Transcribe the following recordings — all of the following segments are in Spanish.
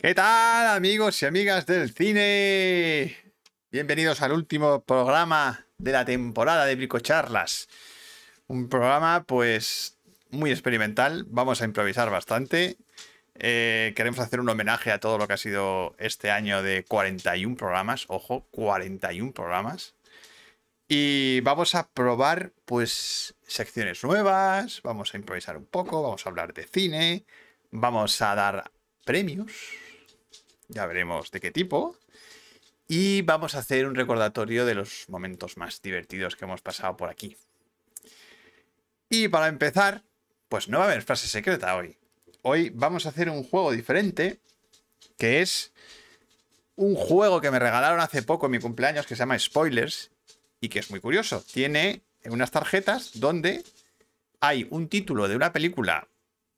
¿Qué tal, amigos y amigas del cine? Bienvenidos al último programa de la temporada de Bricocharlas. Un programa, pues, muy experimental. Vamos a improvisar bastante. Eh, queremos hacer un homenaje a todo lo que ha sido este año de 41 programas. Ojo, 41 programas. Y vamos a probar, pues, secciones nuevas. Vamos a improvisar un poco. Vamos a hablar de cine. Vamos a dar premios ya veremos de qué tipo. Y vamos a hacer un recordatorio de los momentos más divertidos que hemos pasado por aquí. Y para empezar, pues no va a haber frase secreta hoy. Hoy vamos a hacer un juego diferente, que es un juego que me regalaron hace poco en mi cumpleaños, que se llama Spoilers, y que es muy curioso. Tiene unas tarjetas donde hay un título de una película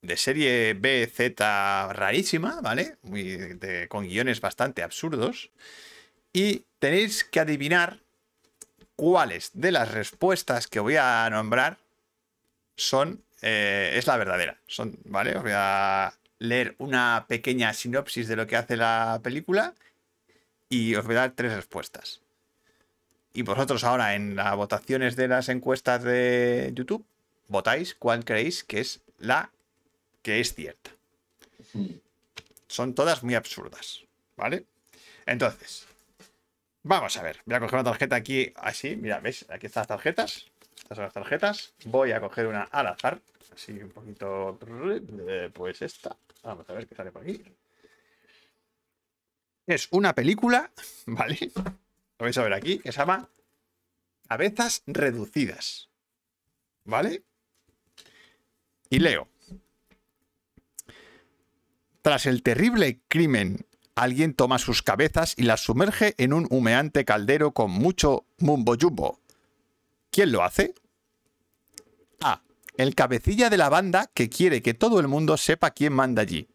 de serie B, Z rarísima, ¿vale? Muy de- con guiones bastante absurdos. Y tenéis que adivinar cuáles de las respuestas que voy a nombrar son. eh, es la verdadera. Son, ¿Vale? Os voy a leer una pequeña sinopsis de lo que hace la película y os voy a dar tres respuestas. Y vosotros ahora en las votaciones de las encuestas de YouTube votáis cuál creéis que es la que es cierta. Son todas muy absurdas, ¿vale? Entonces, vamos a ver. Voy a coger una tarjeta aquí, así. Mira, ¿veis? Aquí están las tarjetas. Estas son las tarjetas. Voy a coger una al azar. Así un poquito... eh, Pues esta. Vamos a ver qué sale por aquí. Es una película, ¿vale? Lo vais a ver aquí, que se llama Cabezas Reducidas. ¿Vale? Y leo. Tras el terrible crimen, alguien toma sus cabezas y las sumerge en un humeante caldero con mucho mumbo jumbo. ¿Quién lo hace? A. El cabecilla de la banda que quiere que todo el mundo sepa quién manda allí.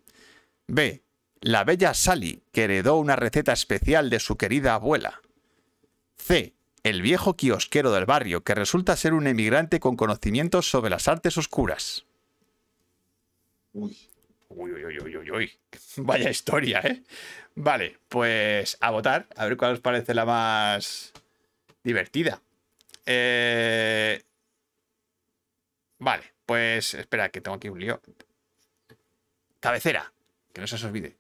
B. La bella Sally, que heredó una receta especial de su querida abuela. C. El viejo kiosquero del barrio, que resulta ser un emigrante con conocimientos sobre las artes oscuras. Uy, Uy, uy, uy, uy, uy, uy. Vaya historia, ¿eh? Vale, pues a votar, a ver cuál os parece la más divertida. Eh, Vale, pues espera, que tengo aquí un lío. Cabecera, que no se os olvide.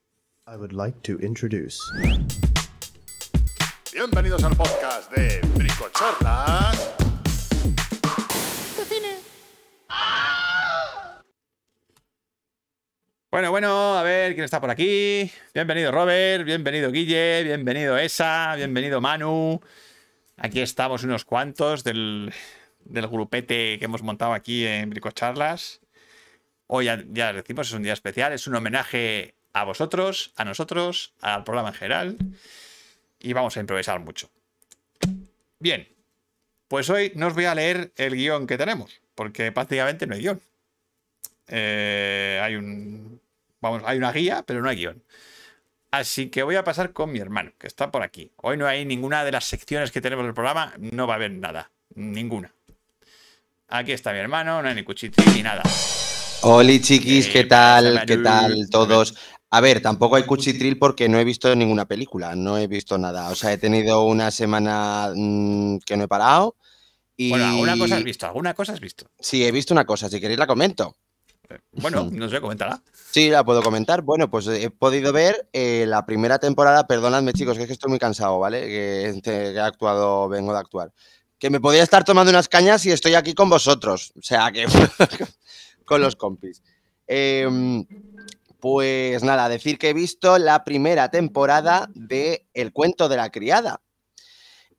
I would like to introduce. Bienvenidos al podcast de Bricocharlas. Bueno, bueno, a ver quién está por aquí. Bienvenido Robert, bienvenido Guille, bienvenido Esa, bienvenido Manu. Aquí estamos unos cuantos del, del grupete que hemos montado aquí en Bricocharlas. Hoy ya, ya decimos, es un día especial, es un homenaje a vosotros, a nosotros, al programa en general. Y vamos a improvisar mucho. Bien, pues hoy no os voy a leer el guión que tenemos, porque prácticamente no hay guión. Eh, hay un. Vamos, hay una guía, pero no hay guión. Así que voy a pasar con mi hermano, que está por aquí. Hoy no hay ninguna de las secciones que tenemos en el programa, no va a haber nada. Ninguna. Aquí está mi hermano, no hay ni cuchito ni nada. Oli chiquis, Eh, ¿qué pásame tal? a ¿Qué Lu- tal todos? A ver, tampoco hay cuchitril porque no he visto ninguna película, no he visto nada. O sea, he tenido una semana mm, que no he parado y Bueno, alguna cosa has visto, alguna cosa has visto. sí, he visto una cosa, si queréis la comento. Bueno, no sé, coméntala. Sí, la puedo comentar. Bueno, pues he podido ver eh, la primera temporada, perdonadme chicos, que es que estoy muy cansado, ¿vale? Que, este, que he actuado, vengo de actuar. Que me podía estar tomando unas cañas y estoy aquí con vosotros, o sea, que con los compis. Eh, pues nada, decir que he visto la primera temporada de El cuento de la criada,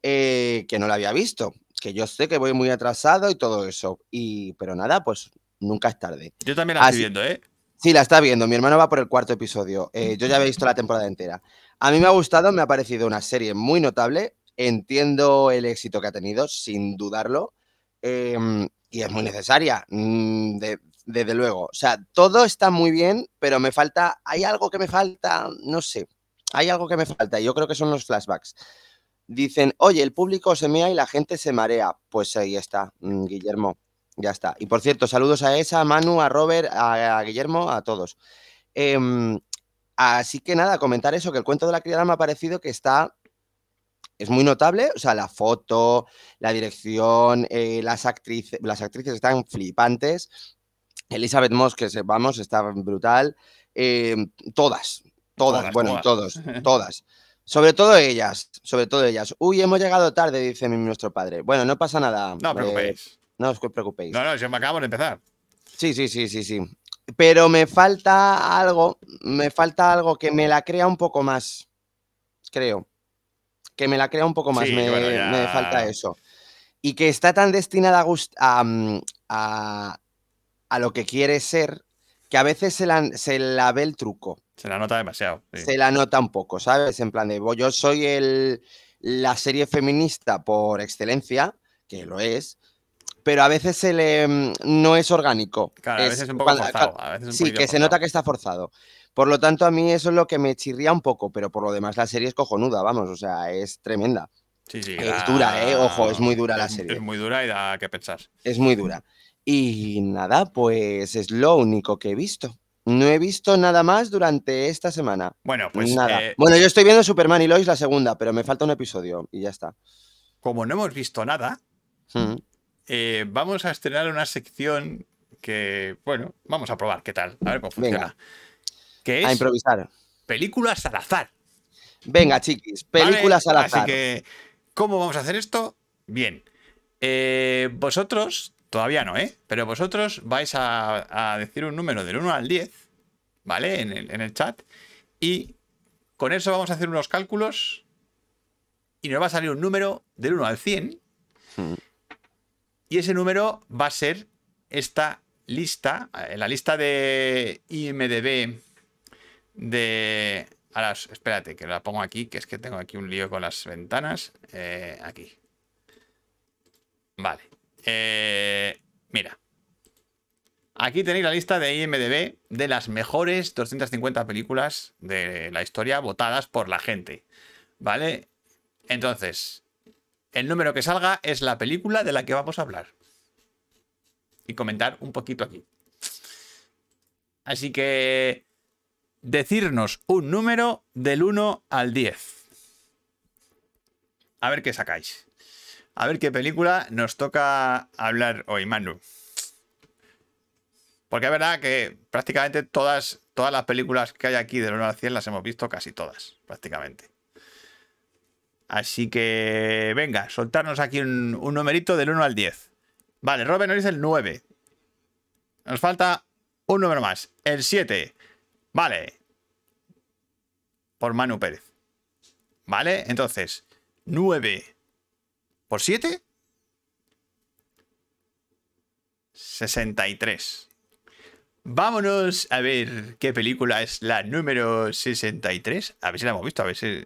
eh, que no la había visto, que yo sé que voy muy atrasado y todo eso, y, pero nada, pues nunca es tarde. Yo también la estoy Así- viendo, ¿eh? Ah, Sí, la está viendo. Mi hermano va por el cuarto episodio. Eh, yo ya había visto la temporada entera. A mí me ha gustado, me ha parecido una serie muy notable. Entiendo el éxito que ha tenido, sin dudarlo. eh, y es muy necesaria, mm, de- desde luego. O sea, todo está muy bien, pero me falta. Hay algo que me falta, no sé. Hay algo que me falta. y Yo creo que son los flashbacks. Dicen, oye, el público se mea y la gente se marea. Pues ahí está, mm, Guillermo. Ya está. Y por cierto, saludos a esa, a Manu, a Robert, a, a Guillermo, a todos. Em, Así que nada, comentar eso, que el cuento de la criada me ha parecido que está. Es muy notable, o sea, la foto, la dirección, eh, las, actrices, las actrices están flipantes. Elizabeth Moss, que sepamos, está brutal. Eh, todas, todas, Todas, bueno, todas. todos, todas. Sobre todo ellas, sobre todo ellas. Uy, hemos llegado tarde, dice mi- nuestro padre. Bueno, no pasa nada. No os eh, preocupéis. no os preocupéis. No, no, yo me acabo de empezar. Sí, sí, sí, sí, sí. Pero me falta algo, me falta algo que me la crea un poco más, creo. Que me la crea un poco más, Sí, me, bueno, me ya. falta eso. Y que está tan destinada a, gust- a, mm, a- a lo que quiere ser, que a veces se la, se la ve el truco Se la nota demasiado. sí. se la nota un poco, ¿sabes? En plan de, bo- yo soy el, la serie feminista por excelencia, que lo es, pero a veces se le, mm, no es orgánico. Claro, a Es veces un poco cuando- forzado. A veces un Sí, poquillo que se forzado. nota que está forzado. Por lo tanto, a mí eso es lo que me chirría un poco, pero por lo demás la serie es cojonuda, vamos, o sea, es tremenda. Sí, sí, es da- dura, ¿eh? Ojo, es muy dura la es- serie. Es muy dura y da que pensar. Es muy dura. Y nada, pues es lo único que he visto. No he visto nada más durante esta semana. Bueno, pues nada. eh, Bueno, yo estoy viendo Superman y Lois la segunda, pero me falta un episodio y ya está. como no hemos visto nada, Mm. eh, vamos a estrenar una sección que, bueno, vamos a probar qué tal, a ver cómo Venga. funciona. Que A es improvisar. películas al azar. Venga, chiquis, ¿vale? películas al azar. Así que, ¿cómo vamos a hacer esto? Bien. Eh, vosotros, todavía no, ¿eh? Pero vosotros vais a, a decir un número del 1 al 10, ¿vale? En el, en el chat. Y con eso vamos a hacer unos cálculos. Y nos va a salir un número del 1 al 100. Mm. Y ese número va a ser esta lista, eh, la lista de IMDB de. Ahora, os- espérate, que la pongo aquí, que es que tengo aquí un lío con las ventanas. Eh, aquí. Vale. Eh, mira. Aquí tenéis la lista de IMDB de las mejores 250 películas de la historia votadas por la gente. ¿Vale? Entonces, el número que salga es la película de la que vamos a hablar. Y comentar un poquito aquí. Así que decirnos un número del 1 al 10. A ver qué sacáis. A ver qué película nos toca hablar hoy, Manu. Porque es verdad que prácticamente todas, todas las películas que hay aquí del 1 al 100 las hemos visto casi todas, prácticamente. Así que venga, soltarnos aquí un, un numerito del 1 al 10. Vale, Robert nos dice el 9. Nos falta un número más, el 7. Vale. Por Manu Pérez. Vale, entonces, 9 por 7. 63. Vámonos a ver qué película es la número 63. A ver si la hemos visto, a ver si...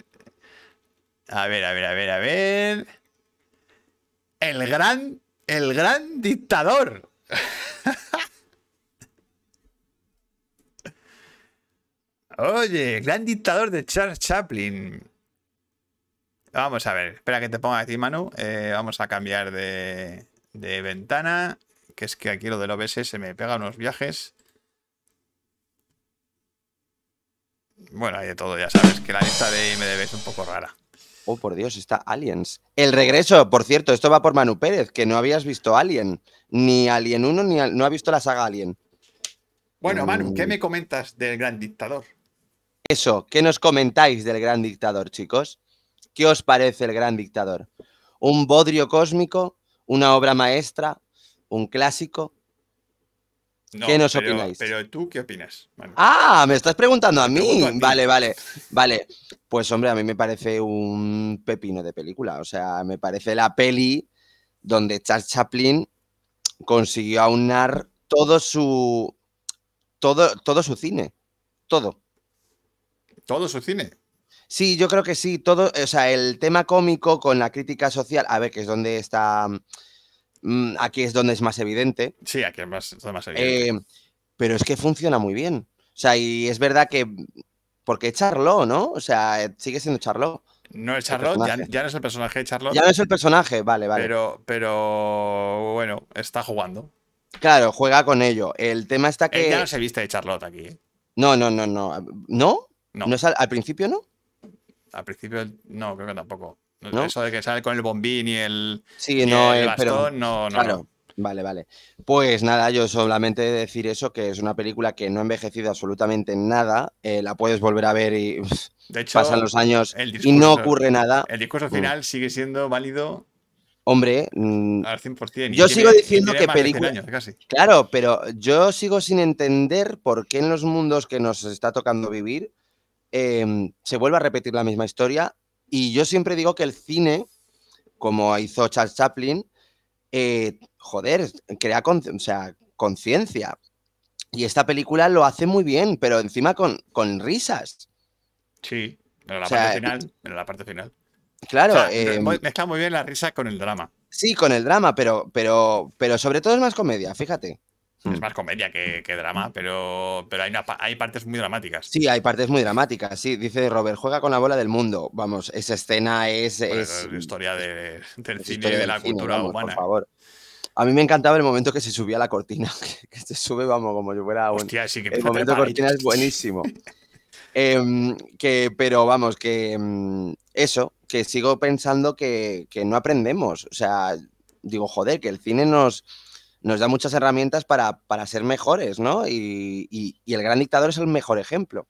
A ver, a ver, a ver, a ver. El gran, el gran dictador. Oye, gran dictador de Charles Chaplin. Vamos a ver, espera que te ponga aquí, Manu. Eh, vamos a cambiar de, de ventana. Que es que aquí lo del OBS se me pega unos viajes. Bueno, hay de todo, ya sabes, que la lista de IMDB es un poco rara. Oh, por Dios, está Aliens. El regreso, por cierto, esto va por Manu Pérez, que no habías visto Alien. Ni Alien 1, ni al- no ha visto la saga Alien. Bueno, Manu, ¿qué Mm. me comentas del gran dictador? Eso, ¿qué nos comentáis del gran dictador, chicos? ¿Qué os parece el gran dictador? ¿Un bodrio cósmico? ¿Una obra maestra? ¿Un clásico? No, ¿Qué nos pero- opináis? Pero tú, ¿qué opinas? Manu? Ah, me estás preguntando a mí. pregunto a ti. Vale, vale, vale. Pues hombre, a mí me parece un pepino de película. O sea, me parece la peli donde Charles Chaplin consiguió aunar todo su todo, todo su cine. Todo. Todo su cine. Sí, yo creo que sí. Todo, o sea, el tema cómico con la crítica social, a ver, que es donde está. mm, Aquí es donde es más evidente. Sí, aquí es más, es más evidente. Eh, pero es que funciona muy bien. O sea, y es verdad que. Porque Charlot, ¿no? O sea, eh, sigue siendo Charlot. no es Charlotte, ya, personaje. ya no es el personaje de Charlotte. Ya no es el personaje, vale, vale. Pero, pero bueno, está jugando. Claro, juega con ello. El tema está Él que. ya no se viste de Charlotte aquí. ¿eh? No, no, no, no. ¿No? No. ¿No es al, al principio no? Al principio, no, creo que tampoco. ¿No? Eso de que sale con el bombín y el, Sí, y no, el eh, pero- bastón, no, no. Claro. Vale, vale. Pues nada, yo solamente decir eso, que es una película que no ha envejecido absolutamente nada, eh, la puedes volver a ver y pff, De hecho, pasan los Mm. años el y no discurso- ocurre nada. el discurso final sigue siendo válido Hombre, mm, al 100%. y Yo tiene- sigo diciendo tiene que más de 100 película- años, casi. claro, pero yo sigo sin entender por qué en los mundos que nos está tocando vivir eh, se vuelve a repetir la misma historia. Y yo siempre digo que el cine, como hizo Charles Chaplin, eh, joder, crea con- o sea, conciencia. Y esta película lo hace muy bien, pero encima con, con risas. Sí, pero la O sea, parte final. Pero la parte final. Claro, O sea, eh, muy- mezcla muy bien la risa con el drama. sí, con el drama, pero, pero, pero sobre todo es más comedia, fíjate. Mm. Es más comedia que, que drama, pero, pero hay, una pa- hay partes muy dramáticas. Sí, hay partes muy dramáticas, sí. Dice Robert, juega con la bola del mundo. Vamos, esa escena es... Bueno, es- es la historia de- del cine es y historia de del la cine, cultura vamos, humana. Por favor. A mí me encantaba el momento que se subía la cortina, que, que se sube, vamos, como si fuera un... Hostia, sí que Ah, El empieza a momento de trepar. cortina es buenísimo. Em, que, pero vamos, que em, eso, que sigo pensando que, que no aprendemos. O sea, digo, joder, que el cine nos, nos da muchas herramientas para, para ser mejores, ¿no? Y, y- y el gran dictador es el mejor ejemplo.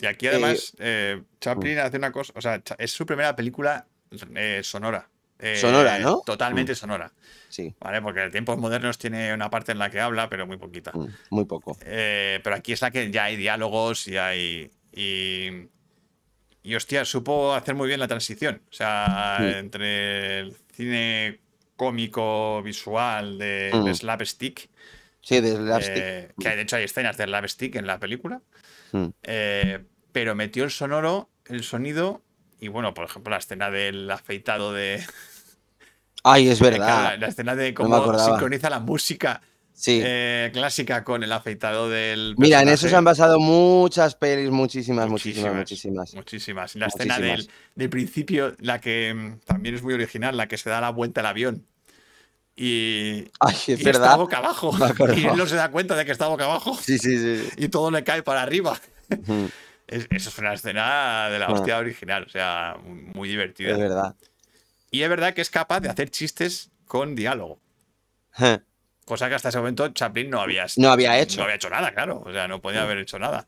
Y aquí además, eh, Chaplin mm. hace una cosa, o sea, cha- es su primera película eh, sonora. Eh, Sonora, ¿no? Mm. Totalmente sonora, Sí, ¿vale? Porque en tiempos modernos tiene una parte en la que habla, pero muy poquita. mm, muy poco. Eh, pero aquí es la que ya hay diálogos y hay. Y, y hostia, supo hacer muy bien la transición. O sea, Sí. entre el cine cómico visual de, de Mm. Slapstick, Sí, de slapstick. eh, que de hecho hay escenas de Slapstick en la película, Mm. eh, pero metió el sonoro, el sonido. Y bueno, por ejemplo, la escena del afeitado de. Ay, es La, verdad. la escena de No me cómo acordaba. sincroniza la música Sí. eh, clásica con el afeitado del. Mira, en eso personaje. se han basado muchas pelis, muchísimas, muchísimas, Muchísimas. muchísimas. Muchísimas. La escena Muchísimas. del, del principio, la que mm, también es muy original, la que se da la vuelta al avión. Y, Ay, y es está verdad. boca abajo. Me acuerdo. Y él no se da cuenta de que está boca abajo Sí, sí, sí. Mm, y todo le cae para arriba. Ujú. Es- eso es una escena de la Ah. hostia original, o sea, muy divertida. Es verdad. y es verdad que es capaz de hacer chistes con diálogo. Ah, Cosa que hasta ese momento Chaplin no había, No había hecho. Mm. No había hecho nada, claro. O sea, no podía haber hecho nada.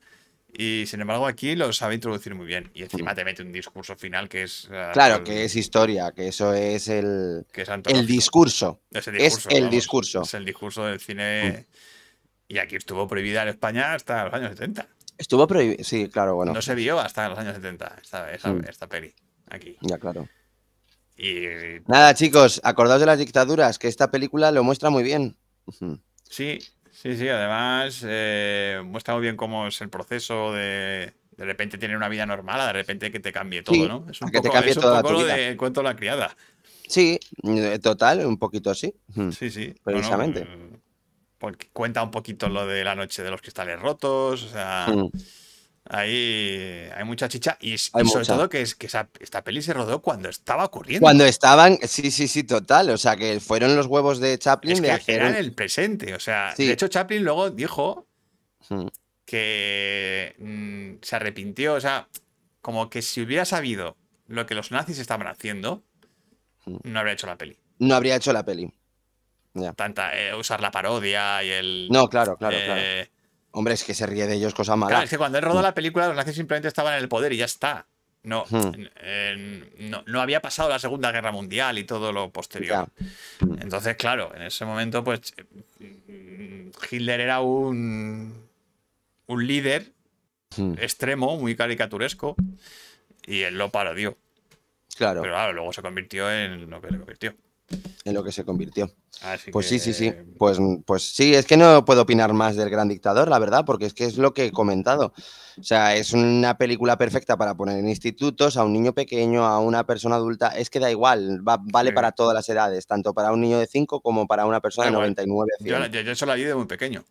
Y sin embargo, aquí lo sabe introducir muy bien. Y encima te mete un discurso final que es. eh, Mm. Claro, el- que es historia, que eso es el, que es el antológico. discurso. Es el es el vamos. discurso. Mm. Es el discurso del cine. Y aquí estuvo prohibida en España hasta los años 70. Estuvo prohibido. Sí, claro, bueno. No se vio hasta los años 70 esta, esa- Mm. esta peli. Aquí. Ya, claro. Y Nada, chicos, acordaos de las dictaduras, que esta película lo muestra muy bien. Ujú. Sí, sí, sí. Además, eh, muestra muy bien cómo es el proceso de de repente tener una vida normal, a de repente que te cambie todo, Sí, ¿no? Es a un que te poco, cambie es un toda poco tu lo vida. de cuento la criada. Sí, eh, total, un poquito Mm. así. Ujú. Sí, sí. no, no, Precisamente. eh, porque cuenta un poquito lo de la noche de los cristales rotos. O sea, Ujú. ahí hay mucha chicha. Y, s- Mm. Hay y sobre mucha. todo que, es, que esa- esta peli se rodó cuando estaba ocurriendo. Cuando estaban, sí, sí, sí, total. O sea, que fueron los huevos de Chaplin es de que hacer. era un- en el presente. O sea, Sí. de hecho, Chaplin luego dijo Ujú. que mm, se arrepintió, o sea, como que si hubiera sabido lo que los nazis estaban haciendo, Mm. no habría hecho la peli. No habría hecho la peli. Tanta eh, usar la parodia y el. No, claro, claro, eh, claro. Hombre, es que se ríe de ellos, cosa mala. claro, es que cuando él rodó la película, los nazis simplemente estaban en el poder y ya está. No, Mm. eh, no, no había pasado la Segunda Guerra Mundial y todo lo posterior. Ya. Hmm. Entonces, claro, en ese momento, pues eh, Hitler era un, un líder Ujú. extremo, muy caricaturesco, y él lo parodió. Claro, Pero claro, luego se convirtió en lo que se convirtió. en lo que se convirtió. Así Pues sí, sí, sí. que, Pues, pues sí, es que no puedo opinar más del Gran Dictador, la verdad, porque es que es lo que he comentado. O sea, es una película perfecta para poner en institutos, a un niño pequeño, a una persona adulta. Es que da igual, va- vale Sí. para todas las edades, tanto para un niño de 5 como para una persona Da de igual. 99. a 100. Yo, la- yo, yo eso la vi de muy pequeño.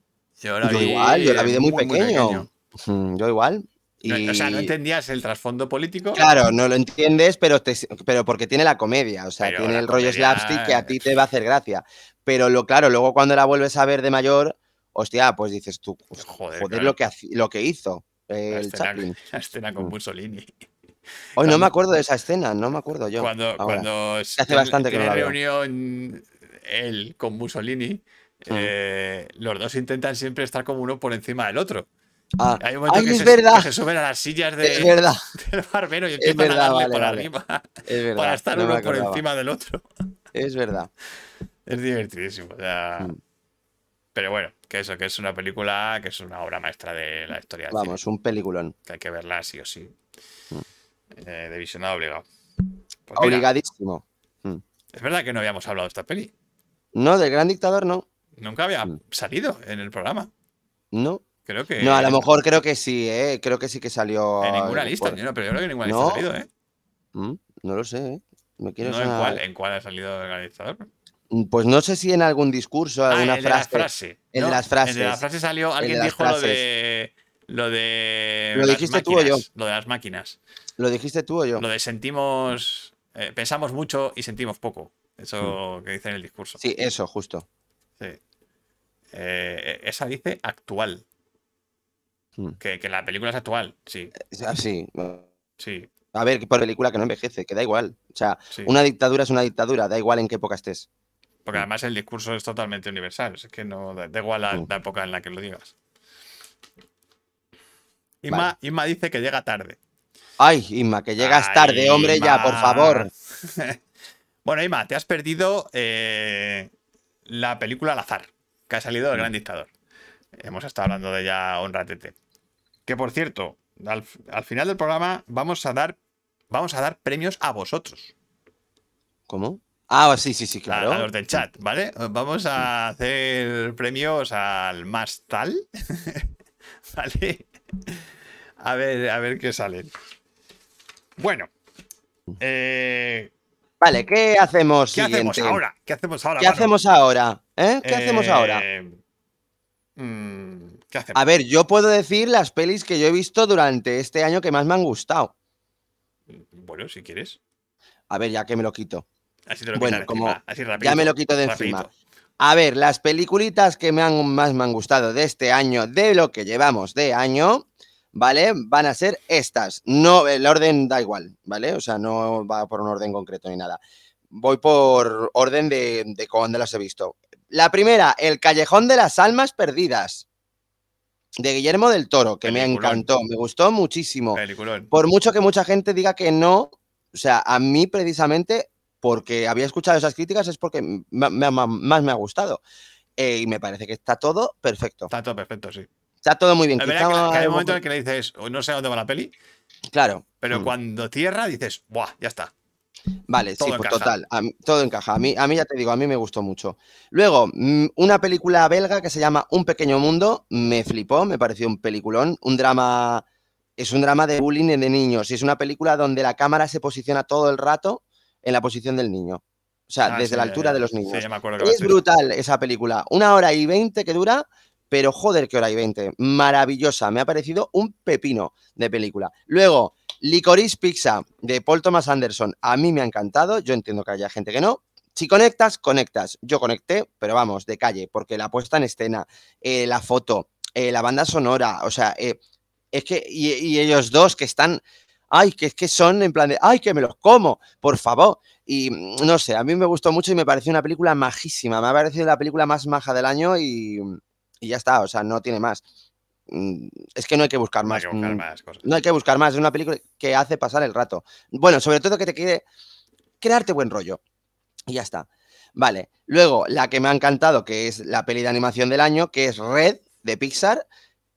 Yo, Yo igual, yo la vi de muy pequeño. Mm, Yo igual. No, Y... O sea, no entendías el trasfondo político. Claro, no lo entiendes, pero, te- pero porque tiene la comedia, o sea, Pero tiene la el rollo comedia slapstick que a ti te va a hacer gracia. Pero lo claro, luego cuando la vuelves a ver de mayor, hostia, pues dices tú, "Uf, Joder, joder, claro. lo, que, haci- lo que hizo. La el escena, Chaplin. Mm. la escena con Mussolini. Hoy no cuando- me acuerdo de esa escena, no me acuerdo yo. cuando ahora. cuando hace bastante que no la veo. reunión él con Mussolini, Mm. eh, los dos intentan siempre estar como uno por encima del otro. Ah, Hay un momento ay, que, es, se, verdad, que se suben a las sillas de- es verdad, del barbero y empiezan verdad, a darle vale, por vale. arriba es verdad. para estar no me uno por acordaba, encima del otro. Es verdad. Es divertidísimo. o sea, Mm. Pero bueno, que eso, que es una película, que es una obra maestra de la historia del cine, Vamos, un peliculón. que hay que verla sí o sí. Mm. Eh, de visionado obligado. Pues mira, Obligadísimo. es verdad que no habíamos hablado de esta peli. No, del gran dictador no. Nunca había Mm. salido en el programa. No. Creo que. No, a lo mejor creo que sí, ¿eh? Creo que sí que salió. Eh, En ninguna lista, por- yo no, pero yo creo que en ninguna lista No, ha salido, ¿eh? Mm, No lo sé, ¿eh? Me quiero No, ¿en, sonar- cuál, ¿En cuál ha salido el organizador? Pues no sé si en algún discurso, Ah, alguna el de la frase. frase. el de No, las El de la frases. frase salió. Alguien las dijo lo de. Lo de. Lo las dijiste tú o yo. máquinas, Lo de las máquinas. ¿Lo dijiste tú o yo? Lo de sentimos. eh, pensamos mucho y sentimos poco. Eso que dice en el discurso. Mm. Sí, eso, justo. Sí. Eh, esa dice actual. Mm. Que, que la película es actual. Sí, Así. sí, ah, A ver, por película que no envejece, que da igual. O sea, sí. una dictadura es una dictadura, da igual en qué época estés. Porque además el discurso es totalmente universal. Es que no da da igual la, Mm. la época en la que lo digas. Inma, Inma dice que llega tarde. Ay, Inma, que llegas Ay, tarde, hombre, ya, por Inma. favor. bueno, Inma, te has perdido eh, la película Al azar, que ha salido del Gran Dictador. Hemos estado hablando de ella un ratete. Que por cierto, al, al final del programa vamos a dar, vamos a dar premios a vosotros. ¿Cómo? Ah, sí, sí, sí, a- claro. a los del chat, ¿vale? Vamos a hacer premios al más tal, ¿vale? A ver, a ver qué salen. Bueno, eh, Vale, ¿qué hacemos ¿qué hacemos siguiente? ahora? ¿Qué hacemos ahora? ¿Qué Manu? hacemos ahora? ¿Eh? ¿Qué hacemos Eh, ahora? mm, ¿Qué hacemos? A ver, yo puedo decir las pelis que yo he visto durante este año que más me han gustado. Bueno, si quieres. A ver, ya que me lo quito. Así te lo Bueno, quitas de como encima, así ya me rapidito, lo quito de rapidito. encima. A ver, las peliculitas que me han, más me han gustado de este año, de lo que llevamos de año, ¿vale? Van a ser estas. No, el orden da igual, ¿vale? O sea, no va por un orden concreto ni nada. Voy por orden de, de cuando las he visto. La primera, El Callejón de las Almas Perdidas, de Guillermo del Toro, que me Peliculón. encantó, me gustó muchísimo. Peliculón. Por mucho que mucha gente diga que no, o sea, a mí precisamente, porque había escuchado esas críticas, es porque m- m- m- más me ha gustado. Eh, y me parece que está todo perfecto. Está todo perfecto, sí. Está todo muy bien. Es Quizá verdad que, que hay algo- un momento en el que le dices, "Oh, no sé a dónde va la peli, Claro. pero Mm. cuando cierra dices, ¡buah! Ya está. Vale, Todo sí, pues encaja. total, a mí- todo encaja. A mí, a mí ya te digo, a mí me gustó mucho. Luego, mm, una película belga que se llama Un pequeño mundo, me flipó, me pareció un peliculón, un drama, es un drama de bullying y de niños y es una película donde la cámara se posiciona todo el rato en la posición del niño, o sea, Ah, sí, desde la ya, altura ya. de los Sí, niños. ya me acuerdo que Es la- brutal esa película, una hora y veinte que dura, pero joder, qué hora y veinte, maravillosa, me ha parecido un pepino de película. Luego, Licorice Pizza de Paul Thomas Anderson. A mí me ha encantado. Yo entiendo que haya gente que no. Si conectas, conectas. Yo conecté, pero vamos, de calle, porque la puesta en escena, eh, la foto, eh, la banda sonora, o sea, eh, es que. Y, y ellos dos que están. Ay, que es que son en plan de. Ay, que me los como, por favor. Y mm, no sé, a mí me gustó mucho y me pareció una película majísima. Me ha parecido la película más maja del año y, y ya está, o sea, no tiene más. Mm, Es que no hay que buscar Hay más. que buscar mm, más cosas. no hay que buscar más, es una película que hace pasar el rato. Bueno, sobre todo que te quiere crearte buen rollo. Y ya está. Vale, luego la que me ha encantado, que es la peli de animación del año, que es Red de Pixar.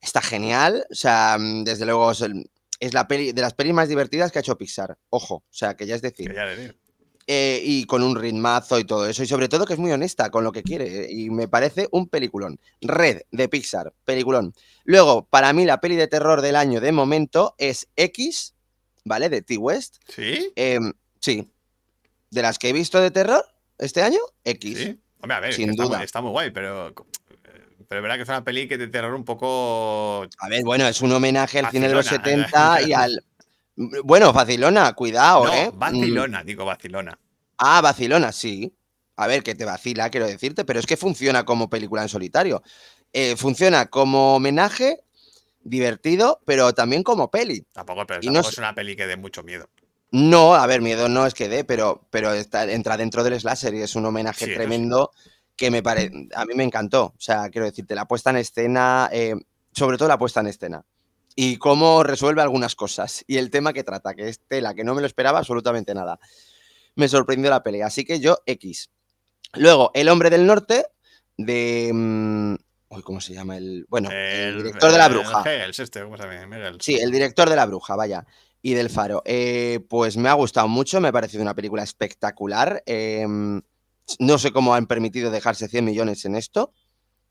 Está genial, o sea, mm, desde luego es, el- es la peli de las pelis más divertidas que ha hecho Pixar. Ojo, o sea, que ya es decir Quería decir. eh, y con un ritmazo y todo eso. Y sobre todo que es muy honesta con lo que quiere. eh, Y me parece un peliculón. Red de Pixar, peliculón. Luego, para mí, la peli de terror del año de momento es X, ¿vale? De T-West. ¿Sí? Em, sí. De las que he visto de terror este año, X. Sí. Hombre, a ver, Sin que está, duda. muy, está muy guay, pero. Pero es verdad que es una peli que te terror un poco. A ver, bueno, es un homenaje al cine de los Vacilona. ¿eh? 70 y al. mm, Bueno, Vacilona, cuidado, no, ¿eh? Mm, Barcelona, digo Barcelona. Ah, Barcelona, sí. A ver, que te vacila, quiero decirte, pero es que funciona como película en solitario. Eh, funciona como homenaje divertido, pero también como peli. Tampoco, pero Y no tampoco sé- es una peli que dé mucho miedo. No, a ver, miedo no es que dé, pero, pero está- entra dentro del slasher y es un Sí, homenaje eso sí. tremendo que me pare, a mí me encantó. O sea, quiero decirte, la puesta en escena, eh, sobre todo la puesta en escena. Y cómo resuelve algunas cosas. Y el tema que trata, que es tela, que no me lo esperaba absolutamente nada. Me sorprendió la pelea. Así que yo, X. Luego, El Hombre del Norte, de. mm, uy, ¿Cómo se llama? El, bueno, el, director de la el bruja. Hegels, este, ¿cómo se llama? Hegels. Sí, el director de La Bruja, vaya. Y del Faro. Eh, pues me ha gustado mucho, me ha parecido una película espectacular. Eh, no sé cómo han permitido dejarse 100 millones en esto.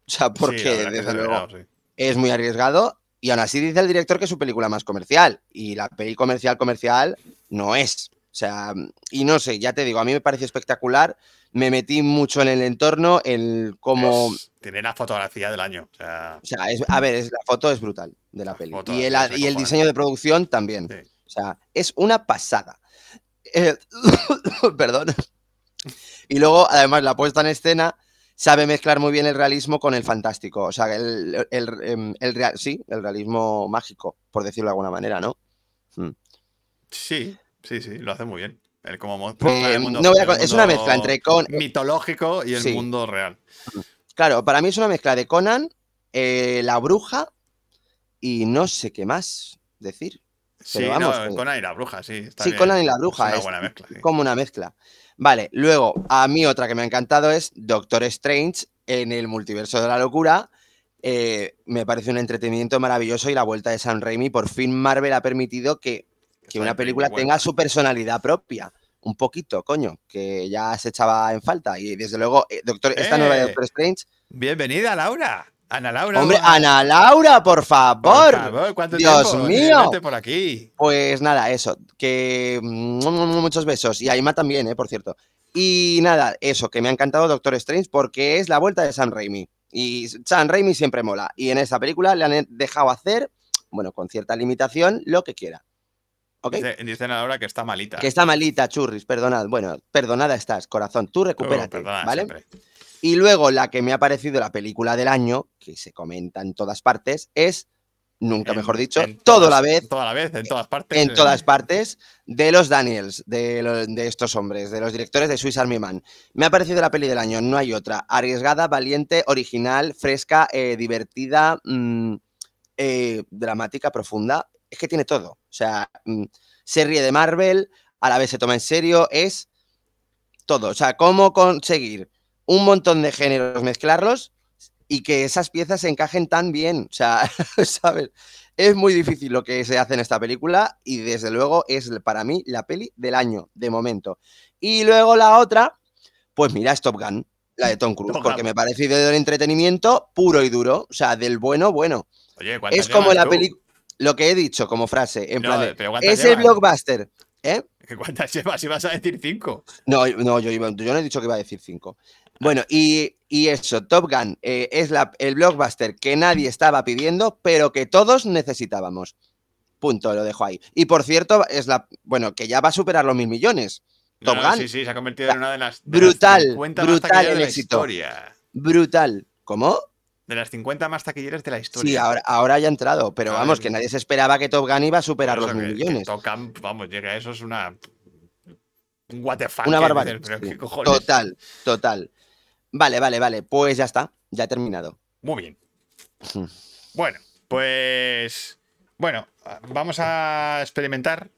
O sea, Sí, porque la verdad que desde es luego verdad, sí. es muy arriesgado. Y aún así dice el director que es su película más comercial. Y la peli comercial, comercial, no es. O sea, y no sé, ya te digo, a mí me pareció espectacular. Me metí mucho en el entorno, en cómo. Es- tiene la fotografía del año. O sea, O sea, es- a ver, es- la foto es brutal de la La peli. foto y es el, a- y el acojonante. diseño de producción también. Sí. O sea, es una pasada. Eh, perdón. Y luego, además, la puesta en escena sabe mezclar muy bien el realismo con el fantástico. O sea, el, el- em, el rea- sí, el realismo mágico, por decirlo de alguna manera, ¿no? sí, sí, sí, lo hace muy bien. El como mo- Eh, Pues el mundo- no voy a el con- es una mundo mezcla entre con, mitológico y el Sí. mundo real. Claro, para mí es una mezcla de Conan, eh, la bruja y no sé qué más decir. Sí, vamos, no, que- Conan y la bruja, sí. está sí, bien. Conan y la Es bruja. una es buena mezcla. sí. Como una mezcla. Vale, luego, a mí otra que me ha encantado es Doctor Strange en el multiverso de la locura. Eh, me parece un entretenimiento maravilloso y la vuelta de San Raimi. Por fin Marvel ha permitido que, que San una Raimi película vuelve. tenga su personalidad propia. Un poquito, coño, que ya se echaba en falta. Y desde luego, eh, Doctor, esta nueva de ¡Eh! Doctor Strange. Bienvenida, Laura. Ana Laura. Hombre, Guas- Ana Laura, por favor. Por favor, ¿cuánto Dios tiempo? mío. Vente por aquí. Pues nada, eso, que mm, muchos besos. Y a Ima también, eh, por cierto. Y nada, eso, que me ha encantado Doctor Strange porque es la vuelta de Sam Raimi. Y Sam Raimi siempre mola. Y en esta película le han dejado hacer, bueno, con cierta limitación, lo que quiera. ¿Ok? Dice- Dicen a Laura que está malita. Que está malita, churris, perdonad. Bueno, perdonada estás, corazón. Tú Pero, recupérate, perdona, ¿vale? Oh, siempre. Y luego la que me ha parecido la película del año, que se comenta en todas partes, es, nunca En- mejor dicho, en todo todas- la vez Toda la vez, en todas partes. ¿eh? en todas partes de los Daniels, de, lo- de estos hombres, de los directores de Swiss Army Man. Me ha parecido la peli del año, no hay otra. Arriesgada, valiente, original, fresca, eh, divertida, mm, eh, dramática, profunda. Es que tiene todo. O sea, mm, se ríe de Marvel, a la vez se toma en serio, es todo. O sea, cómo conseguir un montón de géneros, mezclarlos y que esas piezas se encajen tan bien. O sea, ¿sabes? Es muy difícil lo que se hace en esta película y desde luego es para mí la peli del año, de momento. Y luego la otra, pues mira, es Top Gun, la de Tom Cruise, Top Gun. porque me ha parecido del entretenimiento puro y duro, o sea, del bueno, bueno. Oye, ¿cuántas Es como llevas la tú? película, lo que he dicho como frase, en No, plan de, pero ¿cuántas es el llevas? blockbuster. ¿Cuántas llevas? Si vas a decir cinco. No, no, yo, iba- yo no he dicho que iba a decir cinco. Bueno, y, y eso, Top Gun eh, es la- el blockbuster que nadie estaba pidiendo, pero que todos necesitábamos. Punto, lo dejo ahí. Y por cierto, es la. Bueno, que ya va a superar los mil millones. Top No, no, Gun. Sí, sí, se ha convertido en una de las. de Brutal, las 50 más brutal taquilleras el de la éxito. historia. Brutal. ¿Cómo? De las 50 más taquilleras de la historia. Sí, ahora, ahora ya ha entrado, pero Ahora vamos, ya- que nadie se esperaba que Top Gun iba a Por superar los eso mil que- que millones. Top Gun, vamos, llega a eso, es una. Un what the fuck, Una que dices, barbaridad. pero sí. qué cojones. Total, total. Vale, vale, vale. Pues ya está, ya he terminado. Muy bien. Ujú. Bueno, pues. Bueno, vamos a experimentar.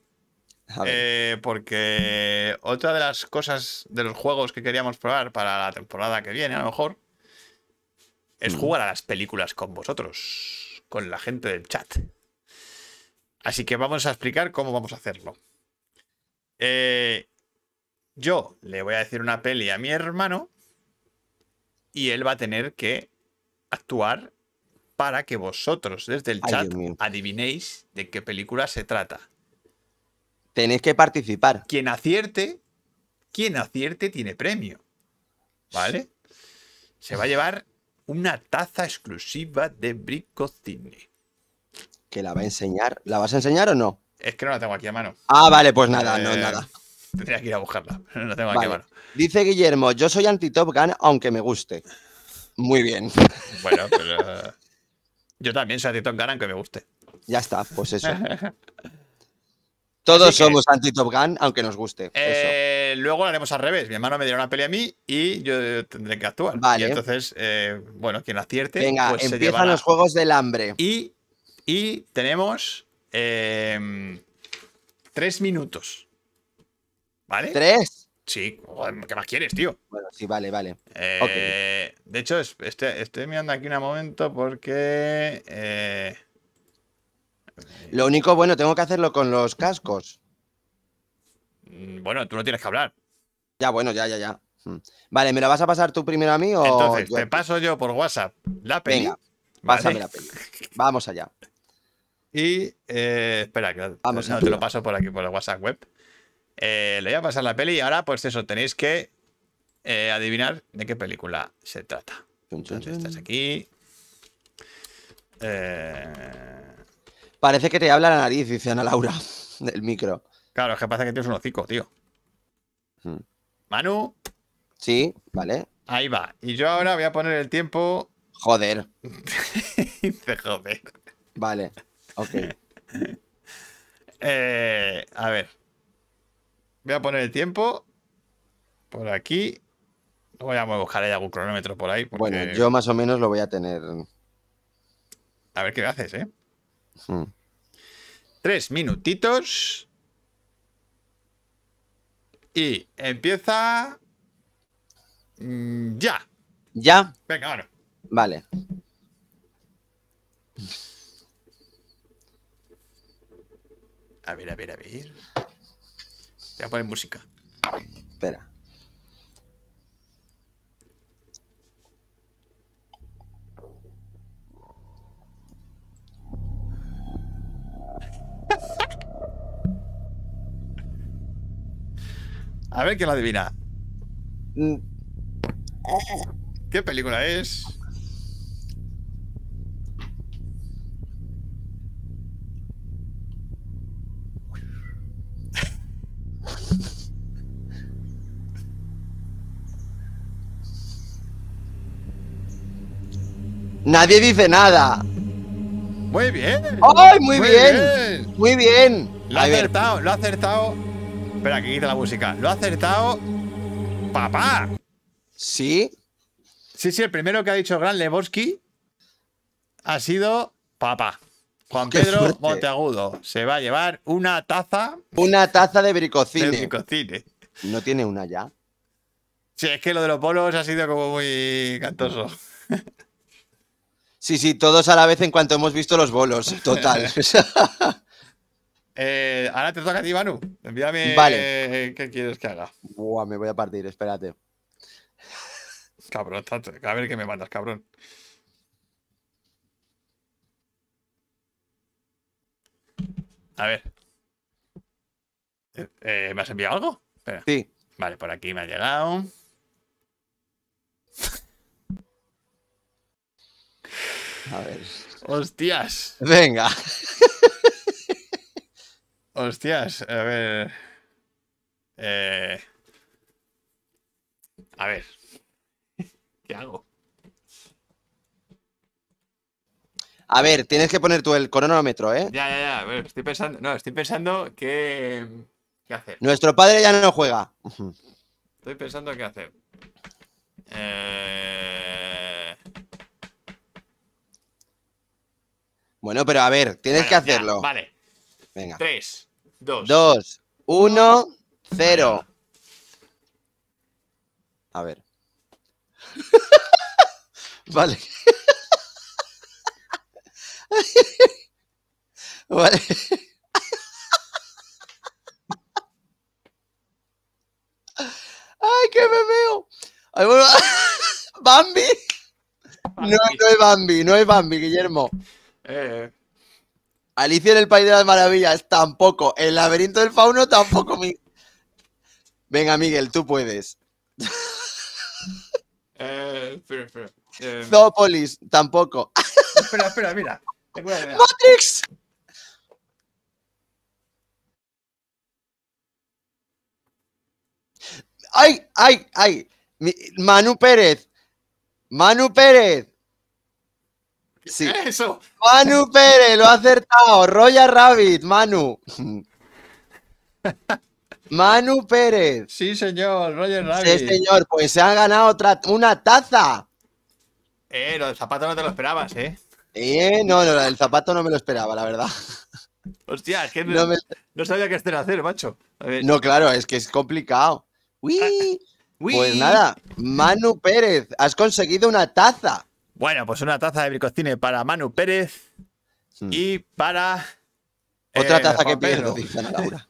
A ver. eh, porque otra de las cosas de los juegos que queríamos probar para la temporada que viene, a lo mejor, es Mm. jugar a las películas con vosotros, con la gente del chat. Así que vamos a explicar cómo vamos a hacerlo. Eh, yo le voy a decir una peli a mi hermano y él va a tener que actuar para que vosotros desde el Ay, chat Dios mío. adivinéis de qué película se trata Tenéis que participar. quien acierte, quien acierte tiene premio. ¿Vale? Se va a llevar una taza exclusiva de Bricocine. Que la va a enseñar. ¿La vas a enseñar o no? Es que no la tengo aquí a mano. Ah, vale, pues nada, no, Eh, nada. Tendría que ir a buscarla. pero No la tengo aquí a Vale. mano. Dice Guillermo, yo soy anti-Top Gun, aunque me guste. Muy bien. Bueno, pero. eh, Yo también soy anti-Top Gun, aunque me guste. Ya está, pues eso. Todos Así que- somos anti-Top Gun, aunque nos guste. eso. Eh, luego lo haremos al revés. Mi hermano me dirá una peli a mí y yo tendré que actuar. Vale. Y entonces, eh, bueno, quien acierte, Venga, pues se llevará. empiezan los Juegos del Hambre. Y, y tenemos em, tres minutos. ¿Vale? ¿Tres? Sí, joder, ¿qué más quieres, tío? Bueno, sí, vale, vale. Eh, De hecho, es- este- estoy mirando aquí un momento porque. eh, Lo único, bueno, tengo que hacerlo con los cascos. mm, bueno, tú no tienes que hablar. Ya, bueno, ya, ya, ya. Mm. Vale, ¿me lo vas a pasar tú primero a mí o.? Entonces, yo? te paso yo por WhatsApp la peli. Oh, Venga, ¿vale? pásame la peli. Vamos allá. Y eh, espera, que Vamos no, a te lo probar. paso por aquí, por la WhatsApp web. Eh, le voy a pasar la peli y ahora, pues eso, tenéis que eh, adivinar de qué película se trata. Chun, chun, Entonces, estás chun. aquí. Eh, Parece que te habla la nariz, dice Ana Laura, del micro. claro, es que pasa que tienes un hocico, tío. Hmm. Manu, Sí, vale. ahí va. Y yo ahora voy a poner el tiempo. Joder, Dice, joder. vale. Ok. Eh, a ver. Voy a poner el tiempo por aquí. Luego ya me buscaré algún cronómetro por ahí. Porque... Bueno, yo más o menos lo voy a tener. A ver qué haces, ¿eh? Mm. Tres minutitos. Y empieza. Mm, Ya. ¿Ya? Venga, bueno. Vale. A ver, a ver, a ver. Voy a poner música. Espera. A ver quién lo adivina. Mm, ¿Qué película es? Nadie dice nada. Muy bien. ¡Ay, muy, bien! Muy bien. Lo ha A ver, acertado, lo ha acertado. Espera, que quita la música. Lo ha acertado. ¡Papá! sí. Sí, sí, el primero que ha dicho Gran Lebowski ha sido papá. Juan Qué Pedro suerte. Monteagudo se va a llevar una taza Una taza de de bricocine. picocine. No tiene una ya. Sí, es que lo de los bolos ha sido como muy cantoso. Sí, sí, todos a la vez en cuanto hemos visto los bolos. Total. Eh, ahora te toca a ti, Manu. Envíame Vale. eh, qué quieres que haga. Buah, me voy a partir, espérate. Cabrón, tacho. a ver qué me mandas, cabrón. A ver. Eh, eh, ¿Me has enviado algo? Espera. Sí. Vale, por aquí me ha llegado. A ver. Hostias, Venga. hostias. A ver. Eh, a ver. ¿Qué hago? A ver, tienes que poner tú el cronómetro, ¿eh? Ya, ya, ya. a ver, estoy pensando. No, estoy pensando qué, qué hacer. Nuestro padre ya no juega. Estoy pensando qué hacer. Eh, Bueno, pero a ver, tienes bueno, que ya, hacerlo. vale. Venga. 3, 2. Dos, uno, cero. A ver. vale. vale. ¡Ay, que me veo! Ay, bueno, ¿Bambi? No, no es Bambi, no es Bambi, Guillermo. Eh, Alicia en el País de las Maravillas, tampoco. El laberinto del fauno, tampoco. mi- Venga, Miguel, tú puedes. eh, espera, espera. Eh, Zópolis, tampoco. ¡Ah, espera, espera, mira. Tengo una idea. ¡Matrix! ¡Ay, ay, ay! Mi- Manu Pérez. Manu Pérez. Sí. Eso. Manu Pérez, lo ha acertado. Roya Rabbit, Manu. Manu Pérez. Sí, señor. Roger Rabbit. Sí, señor, pues se ha ganado otra, una taza. Eh, lo del zapato no te lo esperabas, ¿eh? Eh, no, no, el zapato no me lo esperaba, la verdad. Hostia, es que no, No, me- no sabía qué hacer, hacer, macho. A ver. no, claro, es que es complicado. Uy, Ah, Uy. Pues nada, Manu Pérez, has conseguido una taza. Bueno, pues una taza de bricocine para Manu Pérez Hmm. y para. Otra eh, taza Juan que pierdo, Pedro. dice Ana Laura.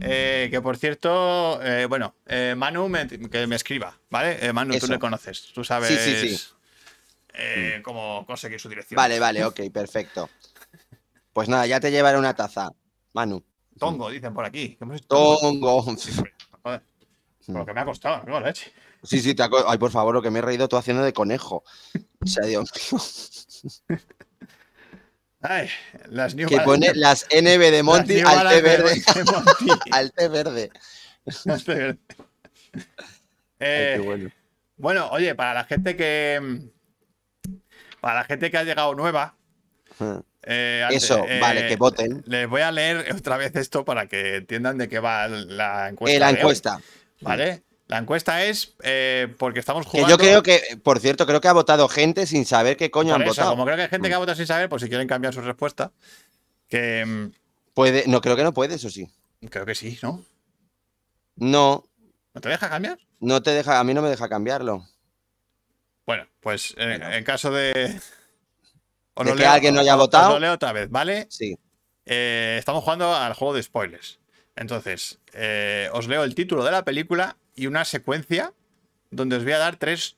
Eh, que por cierto, eh, bueno, eh, Manu me- que me escriba, ¿vale? Eh, Manu, Eso. tú le conoces, tú sabes Sí, sí, sí. Mm. eh, cómo conseguir su dirección. Vale, vale, ok, perfecto. Pues nada, ya te llevaré una taza, Manu. Tongo, dicen por aquí. que hemos- Tongo. Joder, Mm. por lo que me ha costado, no, la leche. Sí, sí, te aco- Ay, por favor, lo que me he reído tú haciendo de conejo. O sea, Dios mío. Ay, las New Que Bal- pone las NB de las Monty New al té Balance de verde. Monty. Al té verde. Al té verde. Eh, Ay, qué bueno. Bueno, oye, para la gente que. Para la gente que ha llegado nueva. Ah. eh, Eso, eh, vale, que voten. Les voy a leer otra vez esto para que entiendan de qué va la encuesta. Eh, la de hoy, encuesta. ¿Vale? La encuesta es eh, porque estamos Que jugando. yo creo que, por cierto, creo que ha votado gente sin saber qué coño por han eso, votado. Mm. Como creo que hay gente que ha votado sin saber, pues si quieren cambiar su respuesta. Que mm, Puede, no, creo que no puede, eso sí. creo que sí, ¿no? No, ¿No te deja cambiar? no te deja, a mí no me deja cambiarlo. Bueno, pues eh, Bueno. en caso de. os De lo que alguien no haya os- os votado. lo leo otra vez, ¿vale? Sí. Eh, estamos jugando al juego de spoilers. Entonces, eh, os leo el título de la película y una secuencia donde os voy a dar tres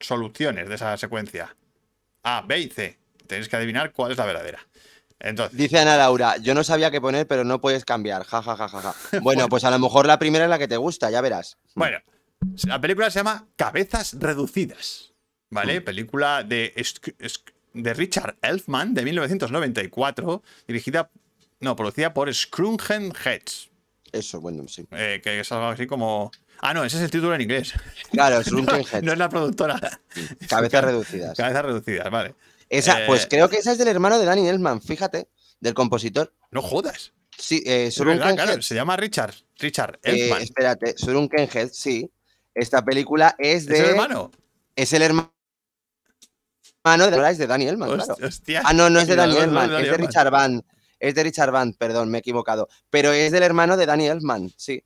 soluciones de esa secuencia. A, B y C. Tenéis que adivinar cuál es la verdadera. Entonces, Dice Ana Laura, yo no sabía qué poner, pero no puedes cambiar. Ja, ja, ja, ja, ja. Bueno, pues a lo mejor la primera es la que te gusta, ya verás. bueno, la película se llama Cabezas Reducidas. Mm. ¿Vale? Película de, Esc- Esc- de Richard Elfman de 1994, dirigida, no, producida por Scrungen Heads. Eso, bueno, sí. eh, que es algo así como. Ah, no, ese es el título en inglés. Claro, es un No es la productora. cabezas reducidas. Cabezas reducidas, vale. Esa, Eh, pues creo que esa es del hermano de Danny Elfman, fíjate, del compositor. No jodas. Sí, eh, Es Surunken verdad, claro, Head. se llama Richard. Richard Eh, Elfman. ¿Es espérate, Surunken Head, sí. Esta película es de. el hermano? Es el herma- hermano de, ahora es de Danny Elfman, claro. Host- Hostia. Ah, no, no es de No, Danny no, no es Elfman, de Danny es de Elfman. Richard Band. Es de Richard Band, perdón, me he equivocado. Pero es del hermano de Danny Elfman, sí.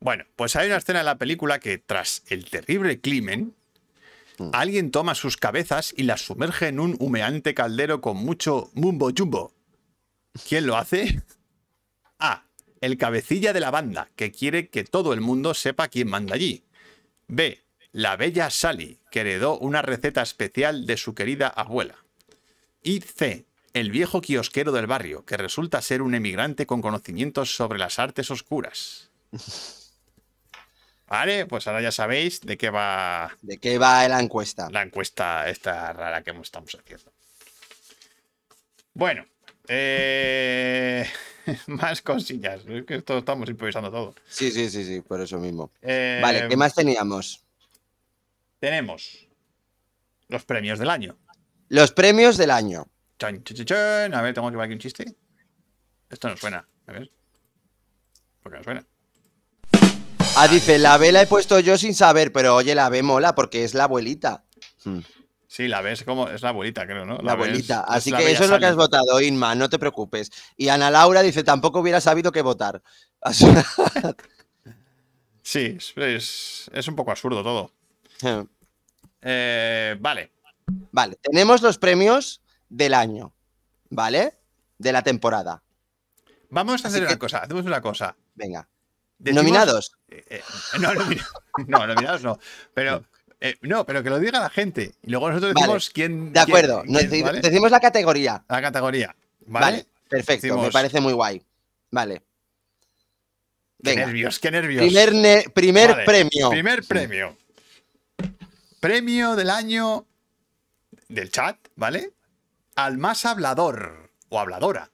Bueno, pues hay una escena en la película que tras el terrible crimen, alguien toma sus cabezas y las sumerge en un humeante caldero con mucho mumbo jumbo. ¿Quién lo hace? A. El cabecilla de la banda, que quiere que todo el mundo sepa quién manda allí. B. La bella Sally, que heredó una receta especial de su querida abuela. Y C. El viejo kiosquero del barrio, que resulta ser un emigrante con conocimientos sobre las artes oscuras. Vale, pues ahora ya sabéis de qué va ¿De qué va la encuesta? la encuesta esta rara que estamos haciendo. Bueno, eh, más cosillas. Es que esto estamos improvisando todo. Sí, sí, sí, sí, por eso mismo. Eh, Vale, ¿qué más teníamos? Tenemos los premios del año. Los premios del año. Chan, chan, chan, chan. A ver, tengo que llevar aquí un chiste. Esto no suena. A ver. ¿Por qué no suena? Ah, dice, la B la he puesto yo sin saber, pero oye, la B mola porque es la abuelita. Sí, la ves como. Es Pues la abuelita, creo, ¿no? La ves- abuelita. es Así la que bella eso es lo que Sally. has votado, Inma, no te preocupes. Y Ana Laura dice, tampoco hubiera sabido qué votar. Así- Sí, es, es- es un poco absurdo todo. Eh, vale. vale, tenemos los premios del año, ¿vale? De la temporada. Vamos a Así hacer que- una cosa. Hacemos una cosa. Venga. Decimos- Nominados. Eh, eh, no, nomina- no, nominados no. Pero, eh, no, pero que lo diga la gente. Y luego nosotros Vale. decimos quién. De acuerdo, quién- nos quién, de- ¿vale? decimos la categoría. La categoría. Vale. Vale, perfecto, me Decimos- parece muy guay. Vale. Qué Venga, nervios, qué nervios. primer, ne- primer Vale, premio. Primer premio. Premio del año del chat, ¿vale? Al más hablador o habladora.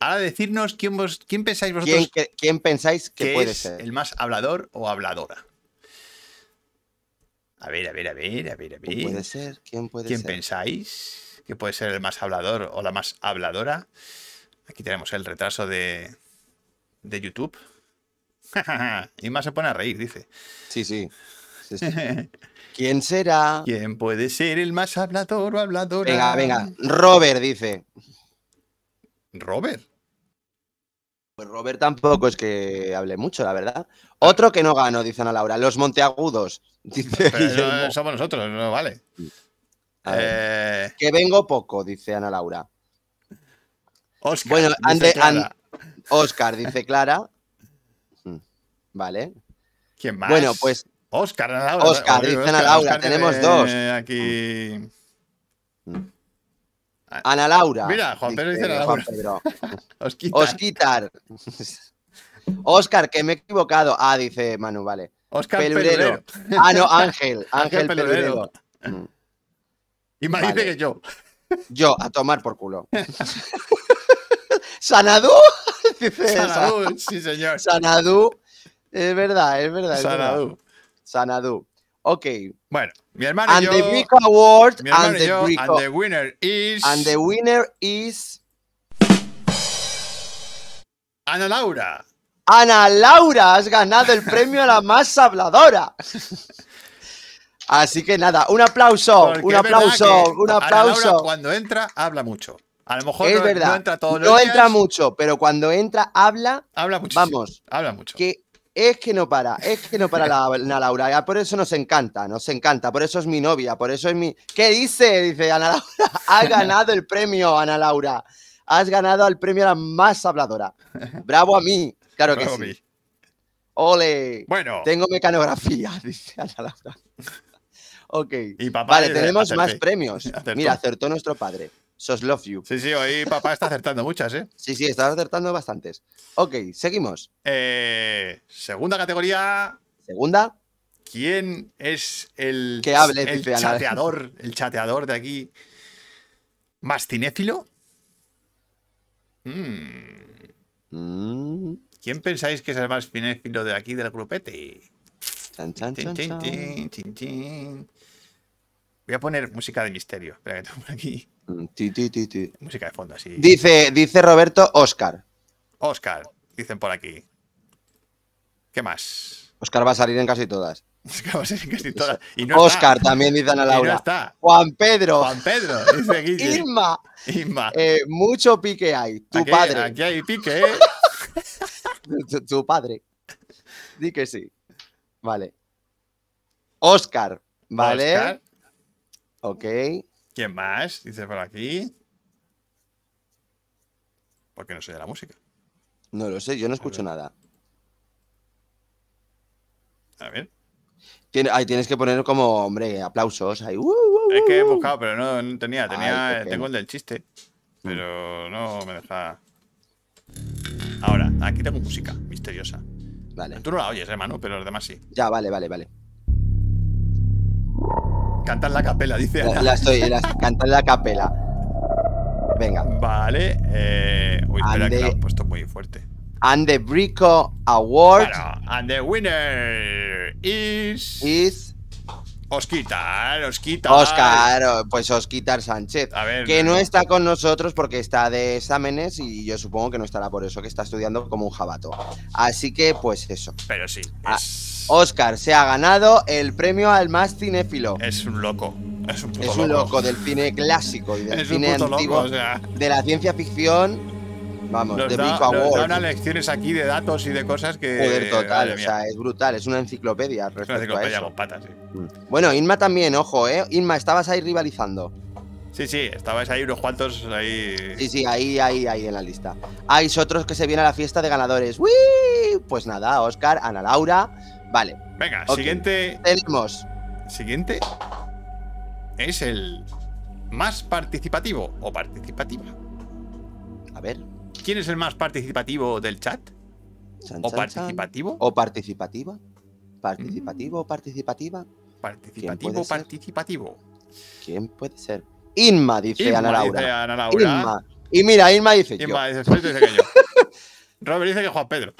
Ahora decirnos quién, vos, quién pensáis vosotros ¿Quién, cre- quién pensáis que que puede es ser? el más hablador o habladora. A ver, a ver, a ver, a ver, a ¿Quién puede ver. ser? ¿Quién puede ¿Quién ser? pensáis que puede ser el más hablador o la más habladora? Aquí tenemos el retraso de, de YouTube. y más se pone a reír, dice. Sí, sí. Sí, sí. ¿Quién será? ¿Quién puede ser el más hablador o habladora? Venga, venga. Robert dice. Robert. Pues Robert tampoco es que hable mucho, la verdad. Otro que no gano, dice Ana Laura. Los Monteagudos. Dice Pero no Guillermo. somos nosotros, no vale. A ver. Eh, Que vengo poco, dice Ana Laura. Oscar, Bueno, dice ande- Clara. an- Oscar, dice Clara. Mm, Vale. ¿Quién más? Bueno, pues Oscar, Ana Laura. Oscar, Oye, dicen a Laura, tenemos tiene dos. eh, Aquí. Ana Laura. Mira, Juan Pedro dice Ana Juan Laura. Pedro. Os quita. Osquitar. Oscar, que me he equivocado. Ah, dice Manu, vale. Oscar Pelurero. Pelurero. Ah, no, Ángel. Ángel Pelurero. Pelurero. Y más Vale. dice que yo. Yo, a tomar por culo. Sanadú. Dice Sanadú. Sanadú, sí, señor. Sanadú. Es verdad, es verdad. es verdad. Sanadú. Sanadú. Ok. Bueno, mi hermano And y the yo. Brico Award. Mi And hermano y the yo. Brico. And the winner is. And the winner is Ana Laura. Ana Laura. Has ganado el premio a la más habladora. Así que nada, un aplauso, Porque Oh, un es verdad aplauso, que un Ana Laura, aplauso. cuando entra, habla mucho. A lo mejor Es no, verdad. no entra todos los no días, entra mucho, pero cuando entra habla Habla muchísimo. Vamos. Habla mucho. que es que no para, es que no para la, Ana Laura. Ya Por eso nos encanta, nos encanta. Por eso es mi novia, por eso es mi. ¿Qué dice? Dice Ana Laura. Has ganado el premio, Ana Laura. Has ganado el premio a la más habladora. Bravo a mí. Claro que Bravo, sí. mi. Ole. Bueno. Tengo mecanografía, dice Ana Laura. Ok. Y papá Vale, dice, tenemos "Acerté". más premios. Acertó. Mira, acertó nuestro padre. Sos love you. Sí, sí, hoy papá está acertando muchas, ¿eh? Sí, sí, estás acertando bastantes. Ok, seguimos. Eh, Segunda categoría. Segunda. ¿Quién es el, Que hable, el dice Ana. chateador? El chateador de aquí. ¿Más cinéfilo? Mm, Mm, ¿Quién pensáis que es el más cinéfilo de aquí del grupete? chan, chan, Tin, chan, tin, chan. tin, tin, tin. Voy a poner música de misterio. Espera que tengo por aquí. Mm, ti, ti, ti, ti. Música de fondo, así. Dice, dice Roberto Oscar. Oscar, dicen por aquí. ¿Qué más? Oscar va a salir en casi todas. Es que vamos a decir casi todas. Y no Oscar está. también dice Ana Y no Laura. Oh. está. Juan Pedro. Juan Pedro, dice aquí. Irma. Inma. eh, mucho pique hay. Tu aquí, padre. Aquí hay pique, ¿eh? Tu, tu padre. Di que sí. Vale. Oscar. Vale. Oscar. Ok. ¿Quién más? Dice por aquí. Porque no soy de la música. No lo sé, yo no escucho nada. A ver. Tiene- ay, tienes que poner como, hombre, aplausos. ahí, uh, uh, Es que he uh, uh. buscado, pero no, no tenía. tenía Ay, qué pena. Mm. tengo el del chiste. Pero no me deja. Ahora, aquí tengo música misteriosa. Vale. Tú no la oyes, hermano, pero los demás sí. Ya, vale, vale, vale. Cantar la capela, dice La, Ana. la estoy la, cantando la capela. Venga. Vale. Eh... Uy, espera, que Ande- lo he puesto muy fuerte. And the Brico Award Bueno, and the winner is. is Osquitar, Osquitar. Oscar, o- pues Osquitar Sánchez. A ver. Que no está con nosotros porque está de exámenes y yo supongo que no estará por eso, que está estudiando como un jabato. Así que, pues eso. Pero sí. Ah, Es, Oscar se ha ganado el premio al más cinéfilo. es un loco. Es un puto Es un loco del cine clásico y del Es un cine puto antiguo, loco. O sea, de la ciencia ficción. Vamos, nos de da, nos Brico da Award. unas lecciones aquí de datos y de cosas que. Poder total, Eh, madre o mía, sea, es brutal, es una enciclopedia es una respecto a enciclopedia eso. con patas. Sí. Bueno, Inma también, ojo, ¿eh? Inma, estabas ahí rivalizando. sí, sí, estabais ahí unos cuantos ahí. Sí, sí, ahí, ahí, ahí en la lista. Hay otros que se vienen a la fiesta de ganadores. ¡Uy! Pues nada, Oscar, Ana Laura. Vale, Venga, Ok. siguiente. tenemos. Siguiente. Es el más participativo o participativa. A ver. ¿Quién es el más participativo del chat? chan, ¿O chan, chan. participativo? O participativa. Participativo o participativa. ¿Quién Participativo, puede ser? participativo. ¿Quién puede ser? Inma, dice Inma Ana Laura. dice Ana Laura. Inma. Y mira, Inma dice yo. Inma dice, "Espérate, dice que yo". Robert dice que Juan Pedro.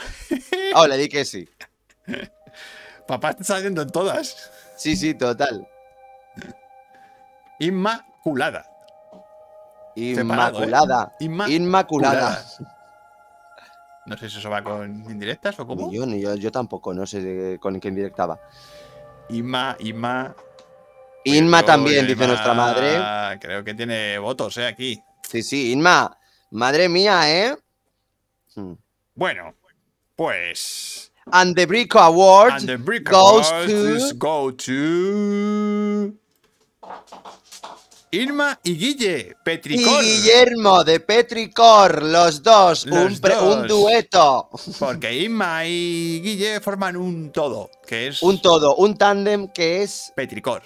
Oh, le di que sí. Papá está saliendo en todas. Sí, sí, total. Inmaculada. Separado, ¿eh? Inmaculada. Inma- Inmaculada. Culadas. No sé si eso va con indirectas o cómo. Pues Ni yo, ni yo, yo tampoco, no sé de- con quién directaba. Inma, Inma. Pues Inma Yo, también, dice Inma, nuestra madre. Creo que tiene votos, ¿eh? Aquí. Sí, sí, Inma. Madre mía, ¿eh? Hmm. Bueno, pues. And the Brico Award And the brick goes awards to- is go to. Irma y Guille, y Petricor. Guillermo de Petricor, los dos, Los un, pre- un dos. dueto, Porque Irma y Guille forman un todo, que es un todo, un tándem que es, Petricor.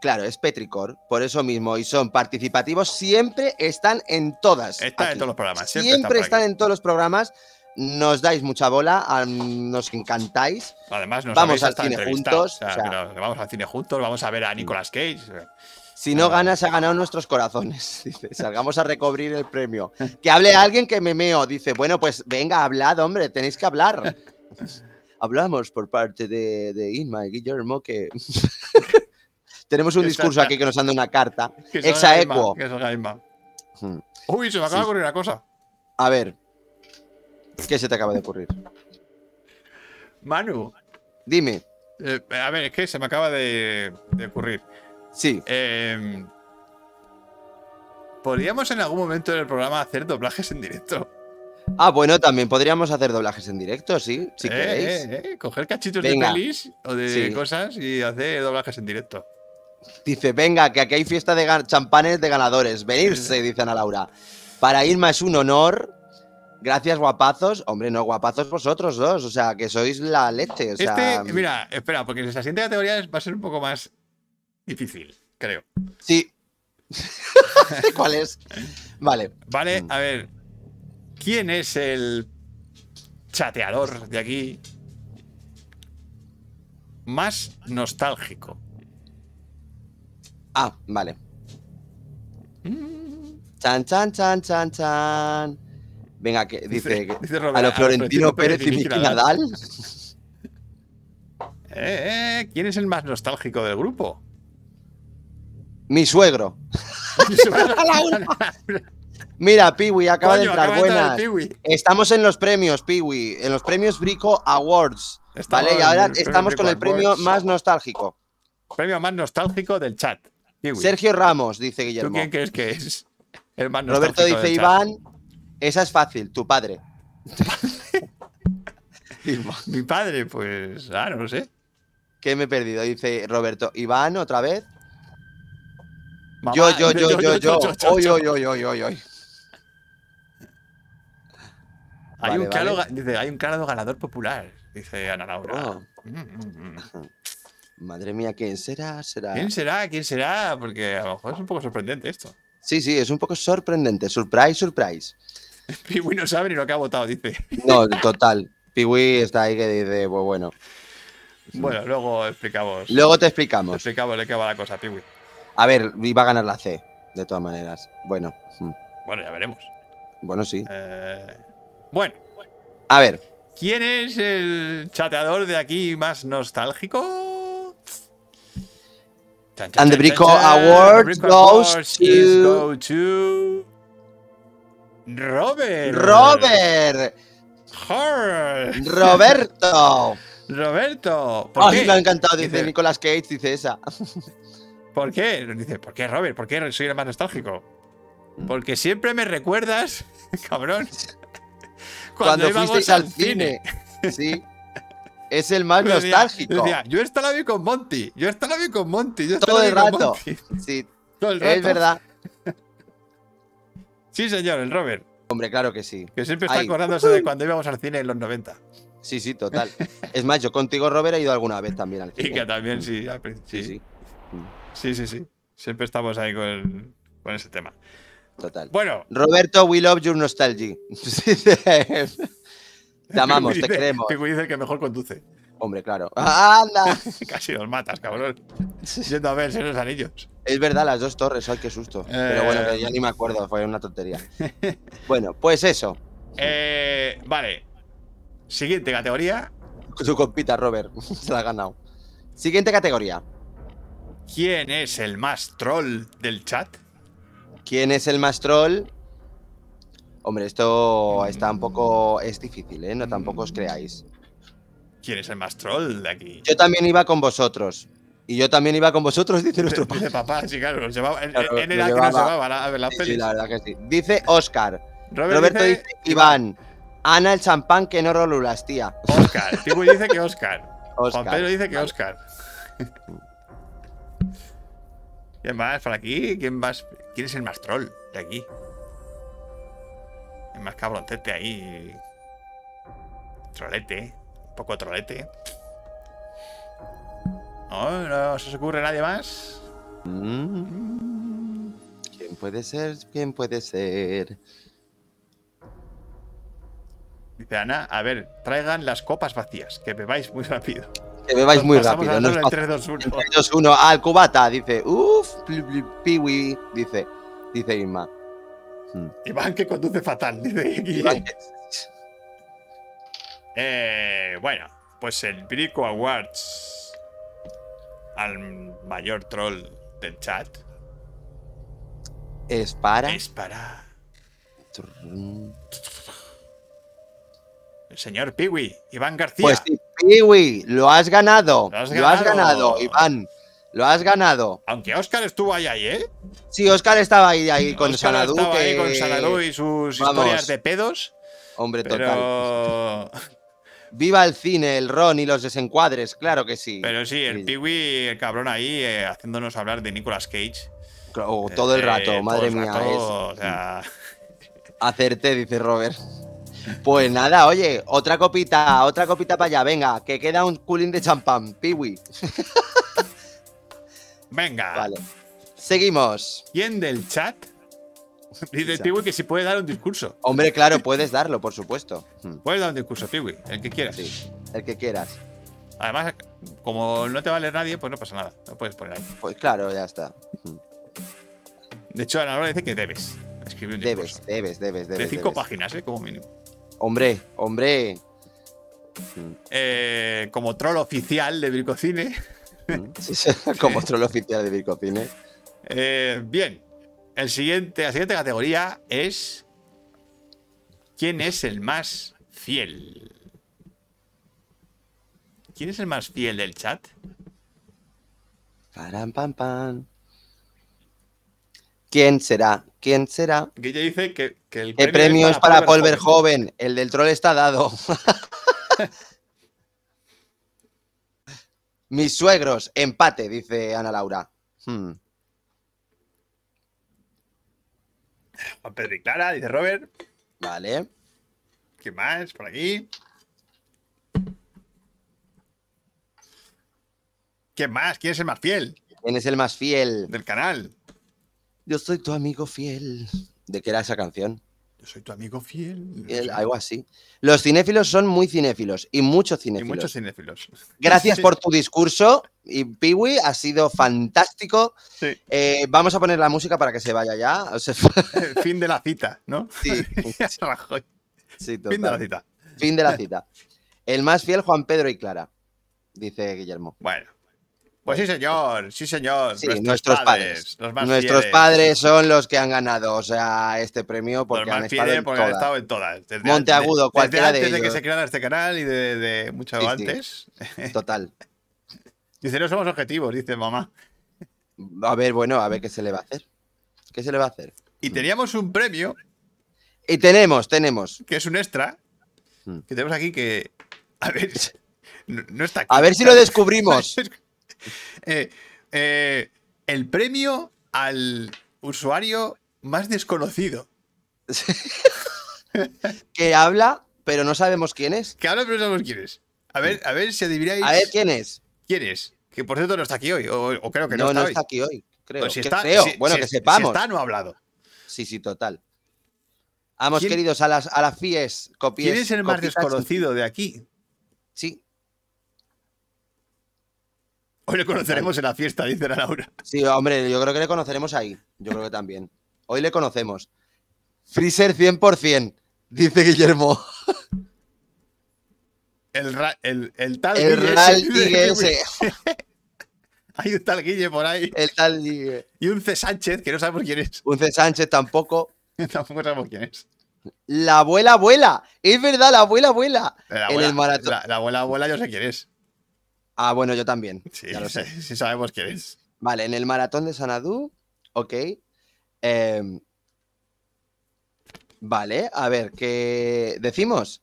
claro, es Petricor, por eso mismo, y son participativos, siempre están en todas. Está en aquí. todos los programas. Siempre, está Siempre, por están aquí. en todos los programas, nos dais mucha bola, am, nos encantáis. Además, nos Vamos habéis al hasta cine entrevistado, juntos, o sea, o sea. pero vamos al cine juntos, vamos a ver a Nicolas Cage. Si no Nada. ganas, ha ganado nuestros corazones. Dice, salgamos a recobrir el premio. Que hable alguien que me meo. Dice, bueno, pues venga, hablad, hombre, tenéis que hablar. Hablamos por parte de, de Inma y Guillermo que... Tenemos un Que discurso salga- aquí que nos anda una carta. Que salga Exa Inma, equo. Que salga Inma. Hmm. Uy, se me acaba Sí. de ocurrir una cosa. A ver, ¿qué se te acaba de ocurrir? Manu, Dime, eh, a ver, es que se me acaba de- de ocurrir. sí. Eh, ¿Podríamos en algún momento del programa hacer doblajes en directo? Ah, bueno, también podríamos hacer doblajes en directo, sí, si Eh, queréis. eh, eh, Coger cachitos Venga. de pelis o de Sí. cosas y hacer doblajes en directo. Dice, venga, que aquí hay fiesta de ga- champanes de ganadores. Venirse, dice Ana Laura. Para Irma es un honor. Gracias, guapazos. Hombre, no, guapazos vosotros dos. O sea, que sois la leche. O sea, mm. este, mira, espera, porque la siguiente categoría es- va a ser un poco más difícil, creo. Sí. ¿Cuál es? Vale. Vale, Mm. a ver. ¿Quién es el chateador de aquí más nostálgico? Ah, vale. Chan, chan, chan, chan, chan. Venga, que dice. que- a Roberto- los Florentino Pérez y Miki Nadal. Eh, eh, ¿Quién es el más nostálgico del grupo? Mi suegro. Mira, Piwi, acaba de Coño, entrar. acaba de entrar Buenas. el Piwi. Estamos en los premios, Piwi, en los premios Brico Awards. Estamos ¿Vale? Y en ahora los premios estamos con Brico el premio Awards. más nostálgico. Premio más nostálgico del chat. Kiwi, Sergio Ramos, dice ¿Tú Guillermo. quién crees que es el más nostálgico Roberto dice del chat? Iván, esa es fácil, tu padre. Iván, Mi padre, pues, ah, no lo sé. ¿Qué me he perdido? Dice Roberto. Iván, otra vez. Mamá, Yo, yo, yo, yo, yo. yo, yo, Oy, yo. oy, oy, oy, oy, oy. Hay Vale, un claro, vale. ga- dice, hay un claro ganador popular, dice Ana Laura. Oh, Mm, mm, mm. madre mía, ¿quién será? ¿Será? ¿Quién será? ¿Quién será? Porque a lo mejor es un poco sorprendente esto. Sí, sí, es un poco sorprendente. Surprise, surprise. Piwi no sabe ni lo que ha votado, dice. No, total. Piwi está ahí que dice, pues bueno. Bueno, luego explicamos. Luego te explicamos. explicamos de qué va la cosa, Piwi. A ver, iba a ganar la C, de todas maneras. Bueno, mm, Bueno, ya veremos. bueno, sí. Eh, bueno, A ver, ¿quién es el chateador de aquí más nostálgico? Chan, chan, And the chan, Brico chan, chan. Award Brico goes Awards is to- go to Robert. Robert, Hart. Roberto. Roberto. ¿Por Ay, qué? me ha encantado, dice Dice- Nicolas Cage, dice esa. ¿Por qué? Dice, ¿por qué, Robert? ¿Por qué soy el más nostálgico? Porque siempre me recuerdas, cabrón, Cuando, íbamos fuisteis al cine. Sí. Es el más Yo decía- nostálgico. decía, yo esta la vi con Monty, yo esta la vi con Monty, yo esta Todo la vi el con rato. Monty. Sí, Todo el rato. es verdad. Sí, señor, el Robert, Hombre, claro que sí. que siempre está Ahí. acordándose de cuando íbamos al cine en los 90. Sí, sí, total. Es más, yo contigo, Robert, he ido alguna vez también al Y que cine. también sí, al prin- Sí, sí, sí, sí, sí, sí. Siempre estamos ahí con, con ese tema. total. Bueno, Roberto, we love your nostalgia. Te amamos, te Piwi dice- queremos. Piwi dice que mejor conduce. Hombre, claro. ¡Anda! Casi los matas, cabrón. Yendo a ver los anillos. Es verdad, las dos torres, ay, qué susto. Pero bueno, que ya ni me acuerdo, fue una tontería. Bueno, pues eso, Eh, vale. Siguiente categoría. su compita, Robert, se la ha ganado. Siguiente categoría. ¿Quién es el más troll del chat? ¿Quién es el más troll? Hombre, esto está un poco. Es difícil, ¿eh? No tampoco os creáis. ¿Quién es el más troll de aquí? Yo también iba con vosotros. Y yo también iba con vosotros, dice nuestro padre. Dice papá, sí, claro. nos llevaba- él- Claro, él lo era el que nos llevaba. llevaba la- a ver las Sí, sí, pelis. la verdad que sí. Dice Oscar. Robert Roberto dice Iván. Ana el champán que no rolulas, tía. Oscar. Tibu dice que Oscar. Juan Pedro Oscar. dice que Oscar. ¿Quién más por aquí? ¿Quién más? ¿Quién es el más troll de aquí? El más cabroncete ahí. Trolete. Un poco trolete. No, no se os ocurre nadie más. Mm. ¿Quién puede ser? ¿Quién puede ser? Dice Ana, a ver, traigan las copas vacías, que bebáis muy rápido. Que bebáis muy Pasamos rápido. al nos orden pas- 3, 2, 1. en 3-2-1. Al cubata, dice. Uf, pli, pli, piwi, dice. Dice Inma. Iván que conduce fatal, dice Guille. Iván, que- Eh, bueno, pues el Brico Awards al mayor troll del chat Es para. es para Turrún. el señor Piwi, Iván García. Pues sí, Piwi, lo has ganado. Lo has Lo has ganado. ganado, Iván. Lo has ganado. Aunque Oscar estuvo ahí, ahí ¿eh? Sí, Oscar estaba ahí, ahí con Óscar Sanadu. estaba que- ahí con Sanadú y sus Vamos. historias de pedos, Hombre, total. pero, Viva el cine, el ron y los desencuadres, claro que sí. pero sí, el Sí. Piwi, el cabrón ahí, eh, haciéndonos hablar de Nicolas Cage. Oh, todo el Eh, rato, todo madre el mía. rato, es- o sea, Acerté, dice Robert. Pues nada, oye, otra copita, otra copita para allá, venga, que queda un culín de champán, piwi. venga, Vale. Seguimos. ¿quién del chat? Dice el Chat. Piwi que si puede dar un discurso. Hombre, claro, puedes darlo, por supuesto. Mm, Puedes dar un discurso, Piwi, el que quieras. Sí, el que quieras. Además, como no te vale nadie, pues no pasa nada. No puedes poner ahí. Pues claro, ya está. De hecho, Ana Laura dice que debes escribir un discurso. Debes, debes, debes, pues. de debes. cinco debes. páginas, ¿eh? como mínimo. Hombre, hombre. Eh, como troll oficial de Bricocine. Mm, sí, sí, Como troll oficial de Vircocine. eh, bien. El siguiente, la siguiente categoría es. ¿Quién es el más fiel? ¿Quién es el más fiel del chat? Param, pam, pam. ¿Quién será? ¿Quién será? Guille dice que, que el ¿Qué premio es para Paul Polver Verhoeven. Joven? El del troll está dado. Mis suegros, empate, dice Ana Laura. Hmm. Juan Pedro y Clara, dice Robert. Vale. ¿Qué más por aquí? ¿Qué más? ¿Quién es el más fiel ¿Quién es el más fiel? del canal? Yo soy tu amigo fiel. ¿De qué era esa canción? Yo soy tu amigo fiel. El- algo así. Los cinéfilos son muy cinéfilos y muchos y cinéfilos. muchos cinéfilos. Gracias Sí, por tu discurso. Y Piwi ha sido fantástico. Sí. Eh, vamos a poner la música para que se vaya ya. O sea, El fin de la cita, ¿no? sí, Rajoy, sí, fin de la total. cita. Fin de la cita. El más fiel, Juan Pedro y Clara, dice Guillermo. Bueno. Pues sí, señor. Sí, señor. Sí, nuestros padres. Los más Nuestros fieles. padres son los que han ganado, o sea, este premio porque los han más estado fieles en porque han todas. estado en todas. Desde antes- desde Monteagudo, cualquiera de antes de que ellos. se creara este canal y de, de mucho Sí, sí. antes. Total. Dice, no somos objetivos, dice mamá. A ver, bueno, a ver qué se le va a hacer. ¿Qué se le va a hacer? Y teníamos un premio, Y tenemos, tenemos. que es un extra, Mm. que tenemos aquí que. A ver. No, no está aquí. A ver si lo descubrimos. Eh, eh, el premio al usuario más desconocido. Que habla, pero no sabemos quién es. Que ahora no sabemos quién es. A ver, a ver si adivináis Hmm. A ver quién es. quién es. Que por cierto no está aquí hoy, o, o creo que no, No, está no hoy. está aquí hoy, creo. O si Qué está- feo. si- bueno, si- que si sepamos. está, no ha hablado. Sí, sí, total. Vamos, ¿Quién- queridos, a las, a las fies, copies. ¿Quién es el más copitas. desconocido de aquí? Sí, Hoy lo conoceremos en la fiesta, dice la Laura. sí, hombre, yo creo que le conoceremos ahí. Yo creo que también. Hoy le conocemos. Freezer 100%, dice Guillermo. El, ra- el, el tal. El Guille Real eh. ese, dice, Tigre ese. Hay un tal Guille por ahí. El tal Guille. Y un C. Sánchez, que no sabemos quién es. Un C. Sánchez tampoco. Tampoco sabemos quién es. La abuela abuela. Es verdad, la abuela abuela. La en abuela, el maratón. la- la abuela, abuela, yo sé quién es. Ah, bueno, yo también. Sí, ya lo sé. sí, sí sabemos quién es. Vale, en el maratón de Sanadú. Ok. Em, vale, a ver, ¿qué decimos?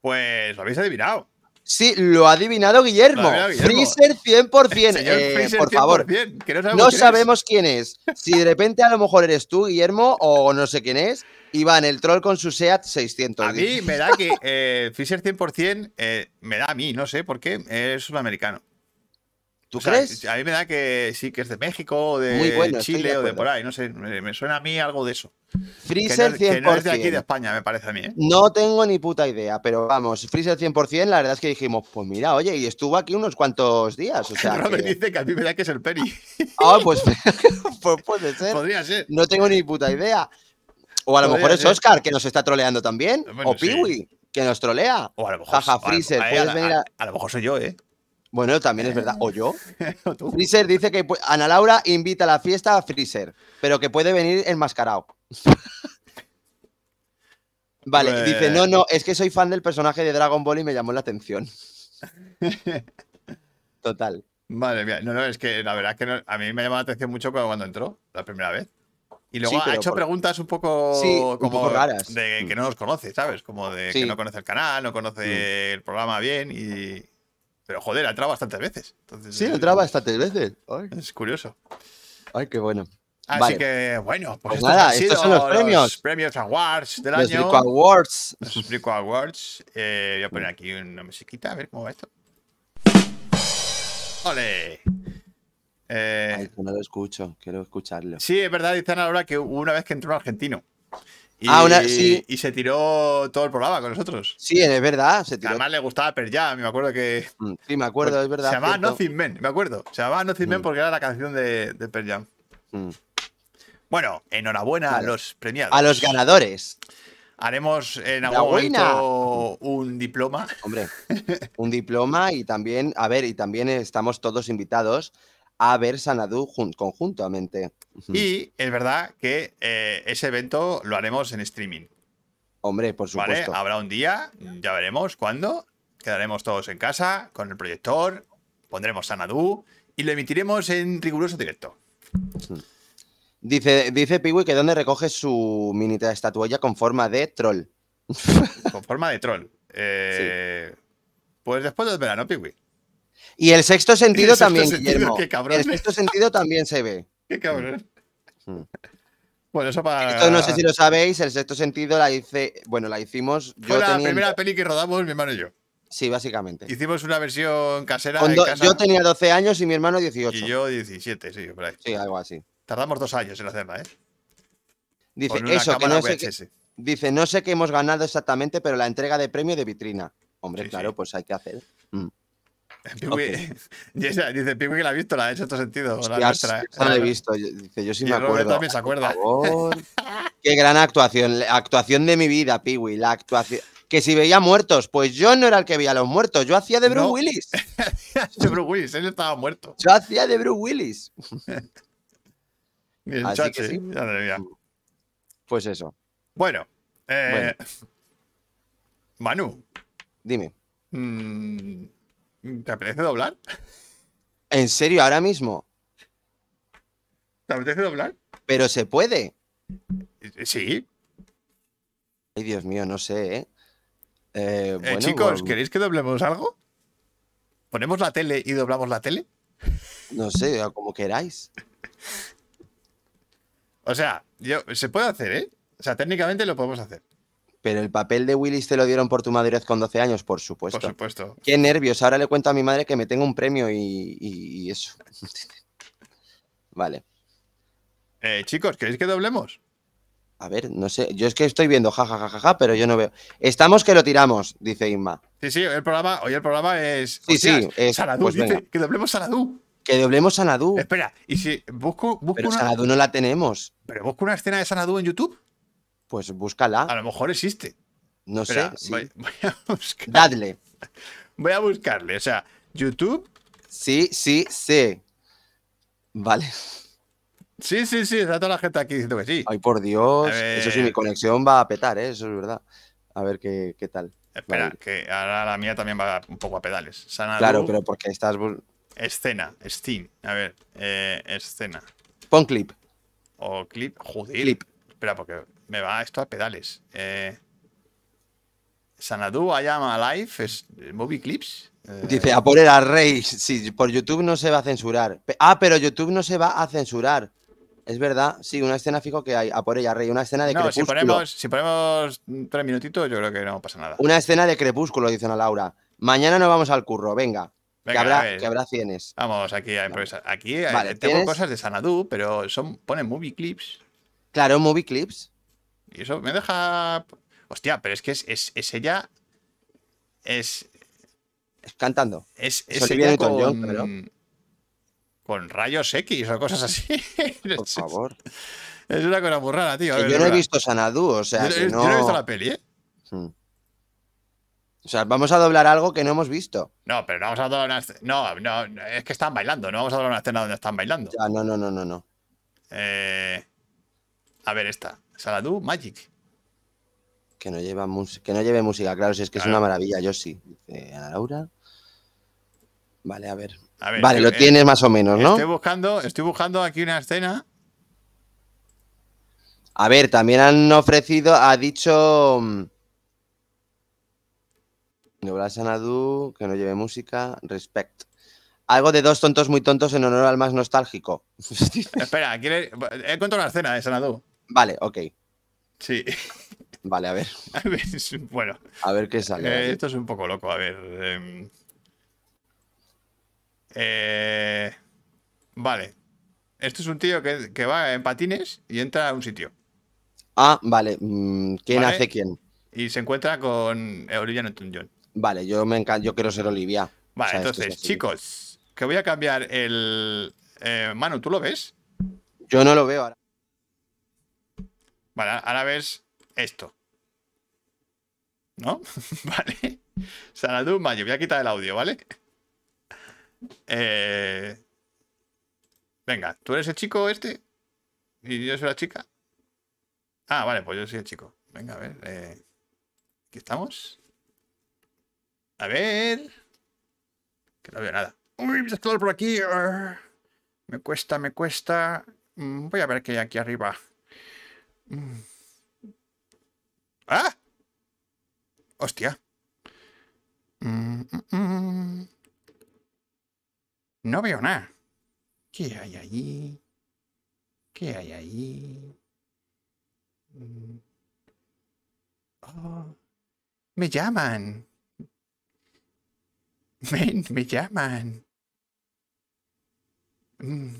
Pues lo habéis adivinado. Sí, lo ha adivinado Guillermo. Lo ha adivinado Guillermo. Freezer 100%. Señor eh, Freezer, por favor. 100%, que no sabemos, No quién es. sabemos quién es. Si de repente a lo mejor eres tú, Guillermo, o no sé quién es, Iván, el troll con su SEAT 600. A mí me da que eh, Freezer 100% eh, me da a mí, no sé por qué, es sudamericano. ¿Tú O sea, crees? A mí me da que sí, que es de México, o de Muy bueno, estoy Chile de o de acuerdo. por ahí, no sé. Me, me suena a mí algo de eso. Que no, Freezer es- que no es de aquí de 100%. España, me parece a mí. ¿eh? No tengo ni puta idea, pero vamos, Freezer 100%, la verdad es que dijimos, pues mira, oye, y estuvo aquí unos cuantos días, o sea, Robert que- dice que a mí me da que es el Peri. Ah, pues, pues puede ser, Podría ser. no tengo ni puta idea. O a lo Podría mejor es ser. Eh, Oscar, que nos está troleando también, Bueno, o sí. Piwi, que nos trolea. O a lo mejor. Jaja, o a lo- Freezer, eh, puedes a, venir a- a lo mejor soy yo, ¿eh? Bueno, también es verdad, o yo. O tú. Freezer dice que pu- Ana Laura invita a la fiesta a Freezer, pero que puede venir enmascarado. vale, Pues- dice, no, no, es que soy fan del personaje de Dragon Ball y me llamó la atención. Total. Madre mía, no, no, es que la verdad es que no- a mí me llamó la atención mucho cuando, cuando entró la primera vez. Y luego Sí, ha pero hecho por- preguntas un poco Sí, un como poco raras. de que no nos conoce, ¿sabes? Como de Sí. Mm. que no conoce el canal, no conoce el programa bien y... Pero joder, ha entrado bastantes veces. Entonces, Sí, eh, entraba bastantes veces. Ay, Es curioso. ay, qué bueno. Así Vale. que, bueno, pues, Pues estos nada, han estos sido son los premios. premios awards del Los año. Brico Awards. Los Brico Awards. Eh, voy a poner aquí una musiquita, a ver cómo va esto. ¡Ole! Eh, Ay, que no lo escucho, quiero escucharlo. Sí, es verdad, dice Ana Laura que hubo una vez que entró un argentino. Y, Ah, una- sí. y se tiró todo el programa con nosotros. Sí, es verdad, se tiró. Además le gustaba Per Jam, y me acuerdo que. Mm, Sí, me acuerdo, es verdad. Se llamaba cierto. Nothing Men, me acuerdo. Se llamaba Nothing Men porque era la canción de, de Pearl Jam. Mm. Bueno, enhorabuena Vale. a los premiados. A los ganadores. Haremos en La algún buena. momento un diploma. Hombre, un diploma y también, a ver, y también estamos todos invitados a ver Sanadú jun- conjuntamente. Y es verdad que eh, ese evento lo haremos en streaming. Hombre, por ¿Vale? supuesto. Habrá un día, ya veremos cuándo. Quedaremos todos en casa con el proyector, pondremos Sanadu y lo emitiremos en riguroso directo. Dice, dice Piwi que dónde recoge su mini estatuilla con forma de troll. Con forma de troll. Eh, Pues después del verano, Piwi. Y el sexto sentido El sexto también, sentido, Guillermo. qué cabrón. el sexto sentido también se ve. Qué cabrón. Mm. Bueno, eso para. Esto no sé si lo sabéis, el sexto sentido la hice, bueno, la hicimos yo Fue la teniendo- primera peli que rodamos, mi hermano y yo. Sí, básicamente. Hicimos una versión casera Con en do- casa Yo tenía 12 años y mi hermano 18. y yo 17, sí, por ahí. Sí, ah. algo así. Tardamos dos años en hacerla, ¿eh? Dice, Con una eso, que cámara no sé qué- VHS. Dice, no sé qué hemos ganado exactamente, pero la entrega de premio de vitrina. Hombre, Sí, claro, sí. pues hay que hacer. Pingüi- Y esa- dice Pingüi que la ha visto, la de sexto sentido. la Hostias, nuestra, ¿eh? esa la he visto. yo- Dice, yo sí Y me Robert acuerdo. también se Ay, por acuerda. favor. Qué gran actuación. la Actuación de mi vida, Piwi. La actuación. Que si veía muertos, pues yo no era el que veía a los muertos. Yo hacía de Bruce No. Willis. Yo, Bruce Willis, él estaba muerto. Yo hacía de Bruce Willis. Ni el Así que chache, sí. madre mía. Pues eso, Bueno, eh, Manu, dime. mm, ¿te apetece doblar? En serio, ahora mismo. ¿Te apetece doblar? Eh, Pero se puede. Sí. Ay, Dios mío, no sé, ¿eh? Eh, Eh, bueno, chicos, bueno, ¿queréis que doblemos algo? ¿Ponemos la tele y doblamos la tele? no sé, como queráis. O sea, yo, se puede hacer, ¿eh? O sea, técnicamente lo podemos hacer. Pero el papel de Willis te lo dieron por tu madurez con 12 años, por supuesto. Por supuesto. Qué nervios. Ahora le cuento a mi madre que me tengo un premio y, y- y eso. vale. Eh, chicos, ¿queréis que doblemos? A ver, no sé. Yo es que estoy viendo jajajajaja, pero yo no veo. Estamos que lo tiramos, dice Inma. Sí, sí, el programa, hoy el programa es. Sí, sí, es- Sanadú, pues dice venga. que doblemos Sanadú. Que doblemos Sanadú. Espera, y si busco, busco Pero una, Sanadú no la tenemos. pero busco una escena de Sanadú en YouTube, Pues a búscala. lo mejor existe. No sé. Espera, sí. voy, voy a buscar- Dadle. voy a buscarle, o sea, YouTube Sí, sí, sí. Vale. Sí, sí, sí, está toda la gente aquí diciendo que sí. Ay, por Dios. A ver. Eso sí, mi conexión va a petar, ¿eh? Eso es verdad. A ver qué, qué tal. Espera, vale. que ahora la mía también va un poco a pedales. Sanadu, Claro, pero porque estás... bu- escena, Steam. A ver, eh, escena. Pon clip. Eh. O clip, joder. Clip. Espera, porque me va esto a pedales. Eh, Sanadu, I am alive, es movie clips. Eh, Dice, a por el array. Sí, por YouTube no se va a censurar. Pe- Ah, pero YouTube no se va a censurar. Es verdad, sí, una escena fijo que hay. A por el array, una escena de no, si crepúsculo. ponemos, si ponemos tres minutitos, yo creo que no pasa nada. Una escena de crepúsculo, dice Ana Laura. Mañana no vamos al curro, venga. Venga, que, a habrá, ver. que habrá cienes. Vamos aquí a improvisar. Aquí eh, Vale, tengo ¿tienes? cosas de Sanadu, pero son pone movie clips. Claro, movie clips. Y eso me deja. Hostia, pero es que es, es, es ella. Es. Cantando. Es, Es es Olivia ella con. Newton-John, claro. Con rayos X o cosas así. Por Es- favor. Es una cosa muy rara, tío. Que es yo no he verdad. visto Sanadu, o sea, Yo no que he- no... yo no he visto la peli, ¿eh? Mm. O sea, vamos a doblar algo que no hemos visto. No, pero no vamos a dar una. escena- No, no, no, es que están bailando. No vamos a dar una escena donde están bailando. Ya, no, no, no, no, no. Eh, a ver, esta. Saladu Magic. Que no, lleva mus- que no lleve música, claro, si es que es Claro. una maravilla, yo sí. Dice Ana Laura. Vale, a ver. A ver, vale, eh, este lo tienes más o menos, ¿no? Estoy buscando, estoy buscando aquí una escena. A ver, también han ofrecido, ha dicho. mm, Doblar Sanadu, que no lleve música, respect. Algo de dos tontos muy tontos en honor al más nostálgico. Espera, ¿quieres? He encontrado una escena de Sanadu. vale, ok. Sí. Vale, a ver. A ver, es- bueno, A ver qué sale. eh, vale. esto es un poco loco. A ver. em. Eh, vale. Esto es un tío que, que va en patines y entra a un sitio. Ah, vale. mm, ¿Quién Vale. hace quién? Y se encuentra con eh, Olivia Newton-John. Vale, yo me encanta, yo quiero ser Olivia. Vale, O sea, esto es entonces, así. chicos, que voy a cambiar el. eh, Manu, ¿tú lo ves? Yo no lo veo ahora. Vale, ahora ves esto. ¿No? vale. Sanadu Mayo, voy a quitar el audio, ¿vale? Eh, Venga, ¿tú eres el chico este? ¿Y yo soy la chica? Ah, vale, pues yo soy el chico. Venga, a ver. eh, Aquí estamos. A ver. Que no veo nada. Uy, voy a explorar por aquí. Arr. Me cuesta, me cuesta. Mm, Voy a ver qué hay aquí arriba. Mm. ¡Ah! ¡Hostia! Mm, mm, mm. No veo nada. ¿Qué hay allí? ¿Qué hay allí? Mm. Oh, me llaman. Ven, me llaman. Mm.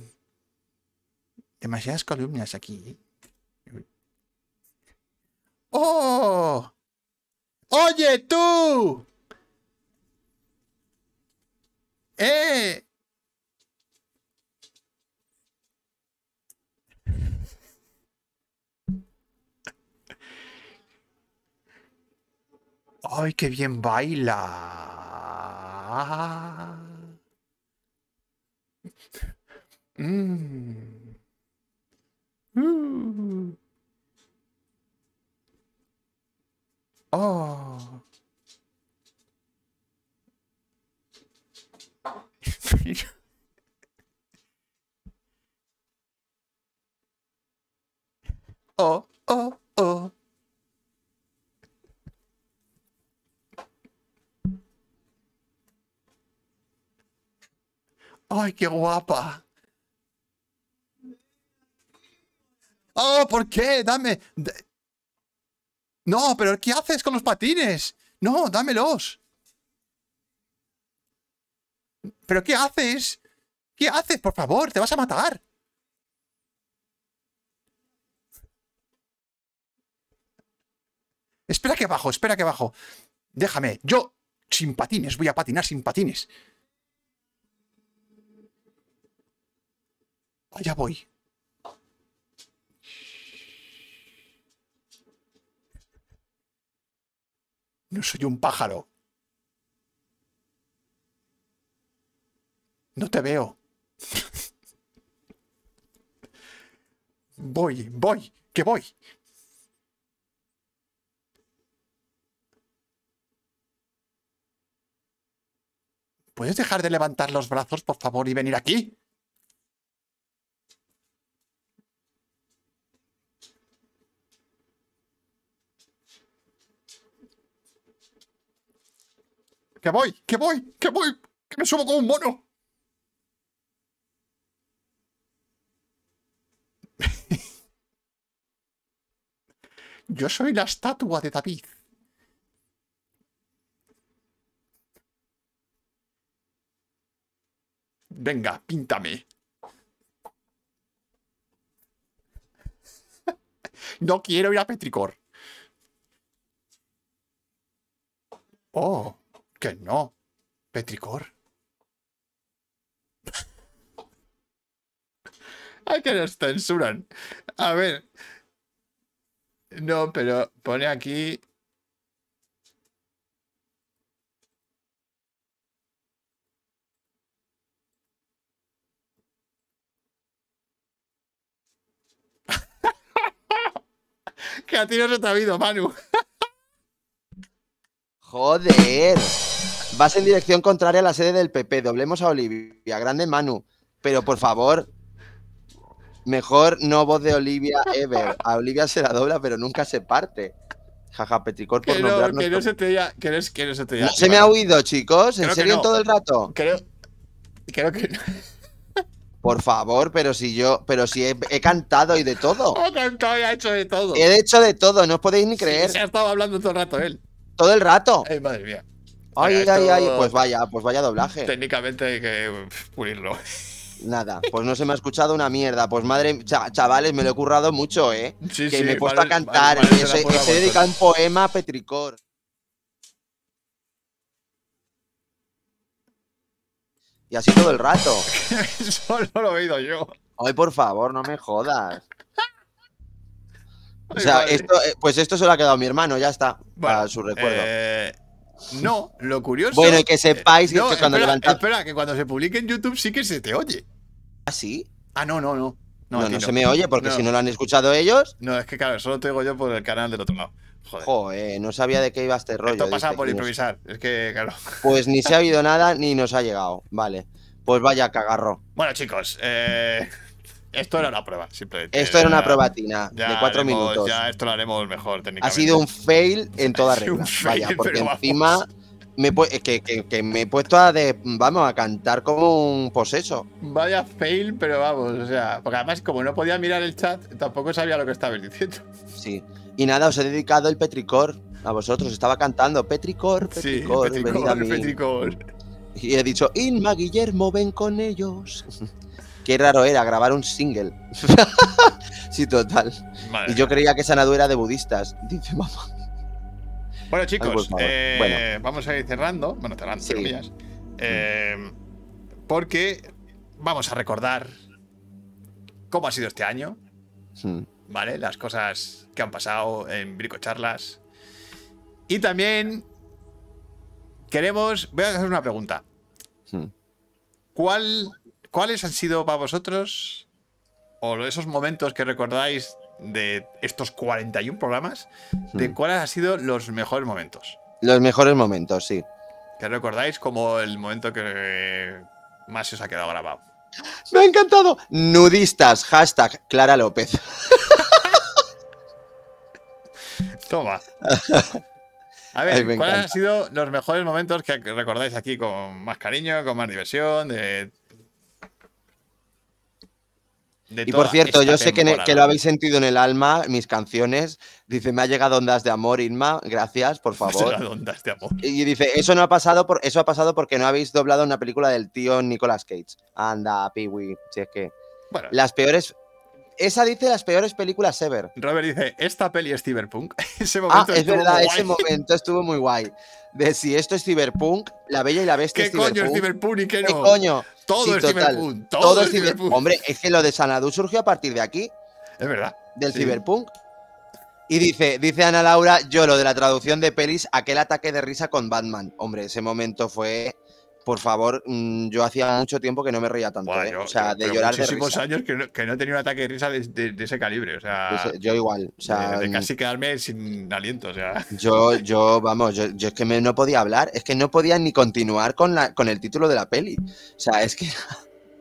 Demasiadas columnas aquí. ¿eh? ¡Oh! ¡Oye tú! ¡Eh! ¡Ay, qué bien baila! Mm. Uh. Oh. oh, oh, oh. Ay, qué guapa. Oh, ¿por qué? Dame. da- no, pero ¿qué haces con los patines? No, dámelos. ¿Pero qué haces? ¿Qué haces? Por favor, te vas a matar. Espera que bajo, espera que bajo. Déjame, yo sin patines, voy a patinar sin patines. Allá voy. No soy un pájaro. No te veo. voy, voy, que voy. ¿Puedes dejar de levantar los brazos, por favor, y venir aquí? ¡Que voy! ¡Que voy! ¡Que voy! ¡Que me subo como un mono! Yo soy la estatua de David. Venga, píntame. No quiero ir a Petricor. Oh. Que no, Petricor. Hay que nos censuran. A ver. No, pero pone aquí. que a ti no se te ha habido, Manu. Joder. Vas en dirección contraria a la sede del PP. Doblemos a Olivia. Grande Manu. Pero por favor. Mejor no voz de Olivia ever. A Olivia se la dobla, pero nunca se parte. Jaja, Petricor por Que no, nombrarnos. que no se te haya. Que no, es- que no se te haya. No se me ha oído, chicos. Creo ¿En que serio no. todo el rato? Creo. Creo que. Por favor, pero si yo. Pero si he, he cantado y de todo. Oh, tanto había hecho de todo. He hecho de todo, no os podéis ni Sí, creer. se ha estado hablando todo el rato él. Todo el rato. Ay, madre mía. Ay, Venga, ay, esto- ay. Pues vaya, pues vaya doblaje. Técnicamente hay que uf, pulirlo. Nada, pues no se me ha escuchado una mierda. Pues madre, cha- chavales, me lo he currado mucho, ¿eh? Sí, que sí, me he puesto a vale, vale, cantar. vale, se y la se- puedo se he aguantar. dedicado un poema a Petricor. Y así todo el rato. Solo lo he oído yo. Ay, por favor, no me jodas. O Ay, sea, madre. esto, eh, pues esto se lo ha quedado mi hermano, ya está. Bueno, para su recuerdo. eh, no, lo curioso. bueno, y que sepáis Eh, no, que cuando espera, levantáis. espera, que cuando se publique en YouTube sí que se te oye. así, Ah, no, no, no. No, no, a no, ti se me oye, porque No. si no lo han escuchado ellos. No, es que claro, solo te oigo yo por el canal del otro lado. Joder. Joder, no sabía de qué iba este rollo. Esto pasa dice, por y nos- improvisar. Es que, claro. Pues ni se ha oído nada ni nos ha llegado. Vale. Pues vaya cagarro. Bueno, chicos, eh, esto era una prueba, simplemente. Esto era una Ya- probatina Eh, ya de cuatro haremos- minutos. Ya esto lo haremos mejor técnicamente. Ha sido un fail en toda Ha sido regla. un fail, Vaya, porque pero vamos. encima me he pu- eh, que, que- que me he puesto a de- vamos a cantar como un poseso. Vaya fail, pero vamos, o sea, porque además como no podía mirar el chat, tampoco sabía lo que estabais diciendo. Sí. Y nada, os he dedicado el petricor a vosotros. Estaba cantando petricor, Sí, petricor, venid a mí. petricor. Y he dicho, Inma, Guillermo, ven con ellos. Qué raro era grabar un single. sí, total. Madre Y yo creía que Sanadu era de budistas. Dice mamá. Bueno, chicos, Ay, por favor. eh, Bueno. vamos a ir cerrando. Bueno, cerrando, entre Sí. Mm. comillas. Eh, porque vamos a recordar cómo ha sido este año, Mm. ¿vale? Las cosas que han pasado en Brico Charlas. Y también queremos. Voy a hacer una pregunta. Hmm. ¿Cuál, ¿Cuáles han sido para vosotros o esos momentos que recordáis de estos 41 programas? ¿De Hmm. cuáles han sido los mejores momentos? Los mejores momentos, sí. ¿Que recordáis como el momento que más se os ha quedado grabado? Me ha encantado. Nudistas, hashtag Clara López. Toma. A Ay, ver, me ¿cuáles han encanta. sido los mejores momentos que recordáis aquí con más cariño, con más diversión? De, de Y toda por cierto, esta yo sé que, ne- que lo temporada? habéis sentido en el alma, mis canciones. Dice, me ha llegado ondas de amor, Inma. Gracias, por Las favor. ondas de amor. Y dice, eso no ha pasado por, eso ha pasado porque no habéis doblado una película del tío Nicolas Cage. Anda, Piwi. Si es que. Bueno, Las peores. Esa dice las peores películas ever. Robert dice, esta peli es cyberpunk. ese Ah, momento es estuvo verdad, muy ese guay. momento estuvo muy guay. De si esto es Cyberpunk, La Bella y la Bestia ¿Qué es coño es Cyberpunk. cyberpunk y qué ¿Qué no? coño? Todo Sí, es total. cyberpunk. Todo, Todo es es ciber- cyberpunk. Hombre, es que lo de Sanadu surgió a partir de aquí, Es verdad. del Sí. Cyberpunk. Y dice, dice Ana Laura, yo lo de la traducción de pelis, aquel ataque de risa con Batman. Hombre, ese momento fue por favor, mm, yo hacía mucho tiempo que no me reía tanto. Buah, ¿eh? yo- o sea, de pero llorar de Muchísimos risa. años que no, que no he tenido un ataque de risa de, de- de ese calibre. O sea, Pues, eh, yo igual. O sea, de, de casi quedarme sin aliento. O sea, Yo, yo, vamos, yo, yo es que me- no podía hablar, es que no podía ni continuar con, la, con el título de la peli. O sea, es que.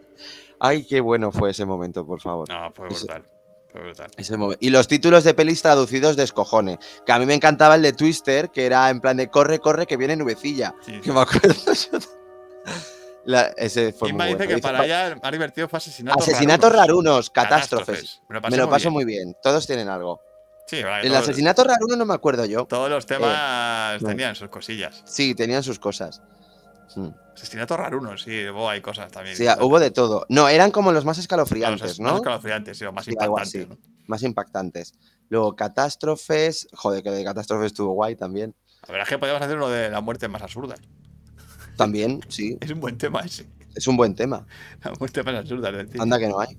Ay, qué bueno fue ese momento, por favor. no, fue Ese- brutal. Fue brutal. Ese momen- Y los títulos de pelis traducidos de escojones. Que a mí me encantaba el de Twister, que era en plan de corre, corre, que viene nubecilla. Sí, sí. Que me acuerdo yo. La- ese fue ¿Quién muy me dice bueno. que Dice, para "Pa- ella ha divertido fue asesinatos Asesinatos rarunos"? rarunos, catástrofes. Me lo, Me lo muy paso bien. muy bien. Todos tienen algo. Sí, vale, El todos- asesinato raruno no me acuerdo yo. Todos los temas no. tenían sus cosillas. Sí, tenían sus cosas. Mm. Asesinatos rarunos, sí, luego hay cosas también. Sí, ah, hubo de todo. No, eran como los más escalofriantes, Más ¿no? escalofriantes, sí, o más Sí, algo impactantes. así. ¿no? Más impactantes. Luego catástrofes. Joder, que de catástrofes estuvo guay también. La verdad es que podríamos hacer uno de la muerte más absurda. También, sí, Es un buen tema ese. es un buen tema. La muerte más absurda, es decir. Anda que no hay.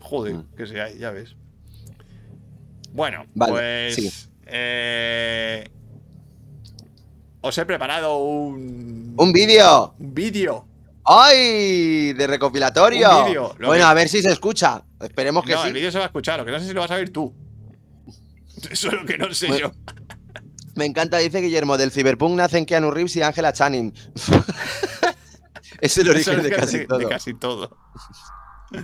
Joder, Mm. que sí hay, ya ves. Bueno, Vale, pues. sí. eh, os he preparado un. ¡Un vídeo! un vídeo. ¡Ay! ¡De recopilatorio! Un vídeo, lo Bueno, que- a ver si se escucha. Esperemos que No, el sí. vídeo se va a escuchar, lo que no sé si lo vas a ver tú. Eso es lo que no sé Bueno, yo. Me encanta, dice Guillermo, del Cyberpunk nacen Keanu Reeves y Ángela Channing. es el Eso origen es de casi todo. casi todo.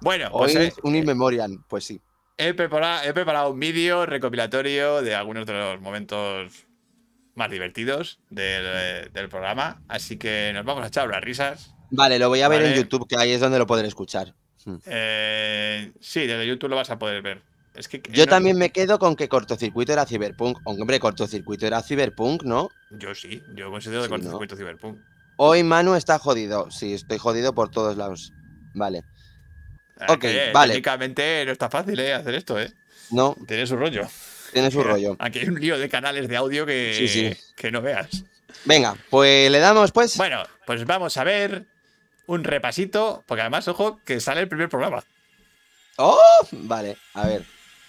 Bueno, Hoy pues es eh, un in memoriam, pues sí. he, prepara- he preparado un vídeo recopilatorio de algunos de los momentos más divertidos del, eh, del programa. Así que nos vamos a echar unas risas. Vale, lo voy a ver Vale. en YouTube, que ahí es donde lo podré escuchar. Eh, sí, desde YouTube lo vas a poder ver. Es que eh, Yo no- también me quedo con que cortocircuito era Cyberpunk. Hombre, cortocircuito era Cyberpunk, ¿no? Yo sí, yo considero de Sí, cortocircuito Cyberpunk. Hoy Manu está jodido. Sí, estoy jodido por todos lados. Vale. Ah, que, Ok, eh, vale. Técnicamente no está fácil eh, hacer esto, ¿eh? No, Tiene su rollo. tiene su rollo. Aquí hay un lío de canales de audio que, Sí, sí. que no veas. Venga, pues le damos, pues. Bueno, pues vamos a ver un repasito, porque además, ojo, que sale el primer programa. ¡Oh! Vale, a ver.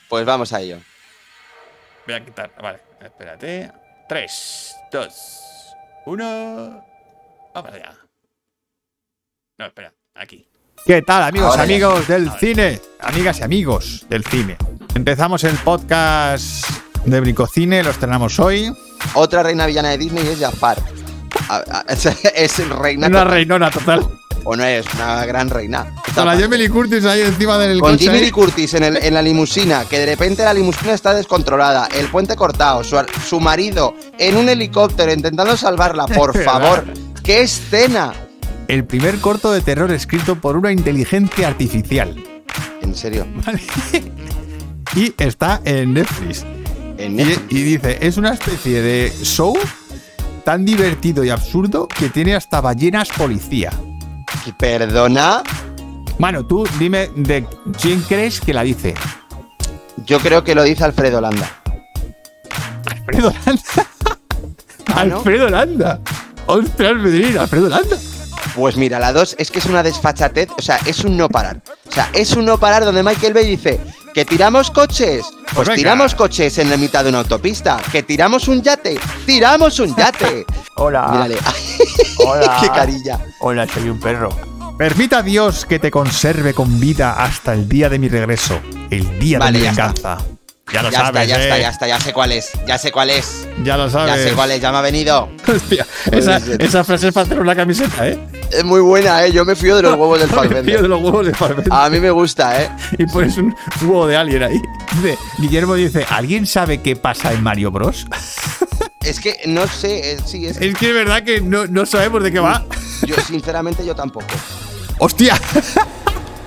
Pues vamos a ello. Voy a quitar, vale, espérate. 3, 2, 1. Vamos allá. No, espera, aquí. ¿Qué tal, amigos, Ahora ya. amigos del Ahora. cine? Amigas y amigos del cine. Empezamos el podcast de Bricocine, lo estrenamos hoy. Otra reina villana de Disney es Jafar. A- a- Es, es reina. Una reinona total. O no es, una gran reina. Con la Jamie Lee Curtis ahí encima del Con coche. Jimmy Lee ahí. Curtis en, el- en la limusina, que de repente la limusina está descontrolada, el puente cortado, su, ar- su marido en un helicóptero intentando salvarla, por favor. ¡Qué escena! El primer corto de terror escrito por una inteligencia artificial. En serio. Y está en Netflix. En Y, Netflix. y dice, es una especie de show tan divertido y absurdo que tiene hasta ballenas policía. Perdona, Mano, tú dime de quién crees que la dice. yo creo que lo dice Alfredo Landa. Alfredo Landa. Ah, ¿no? Alfredo Landa. Ostras, Medellín, Alfredo Landa. Pues mira, la 2 es que es una desfachatez, o sea, es un no parar. O sea, es un no parar donde Michael Bay dice que tiramos coches, pues venga. tiramos coches en la mitad de una autopista, que tiramos un yate, tiramos un yate. Hola. Mírale, Hola. qué carilla. Hola, soy un perro. Permita Dios que te conserve con vida hasta el día de mi regreso, el día Vale, de mi ya está. venganza. Ya lo ya sabes, está, ya eh. está, ya está, ya sé cuál es, ya sé cuál es, Ya lo ya sabes. sé cuál es, ya me ha venido. Hostia, Puede esa, ser. esa frase es para hacer una camiseta, ¿eh? Es muy buena, eh, yo me fío de los huevos del Tío Fassbender. de los huevos de Farben. A mí me gusta, eh. Y pones un huevo de alien ahí. Dice- Guillermo dice, ¿alguien sabe qué pasa en Mario Bros? Es que no sé, eh, sí, es Es que es verdad que no, no sabemos de qué va. yo sinceramente yo tampoco. ¡Hostia!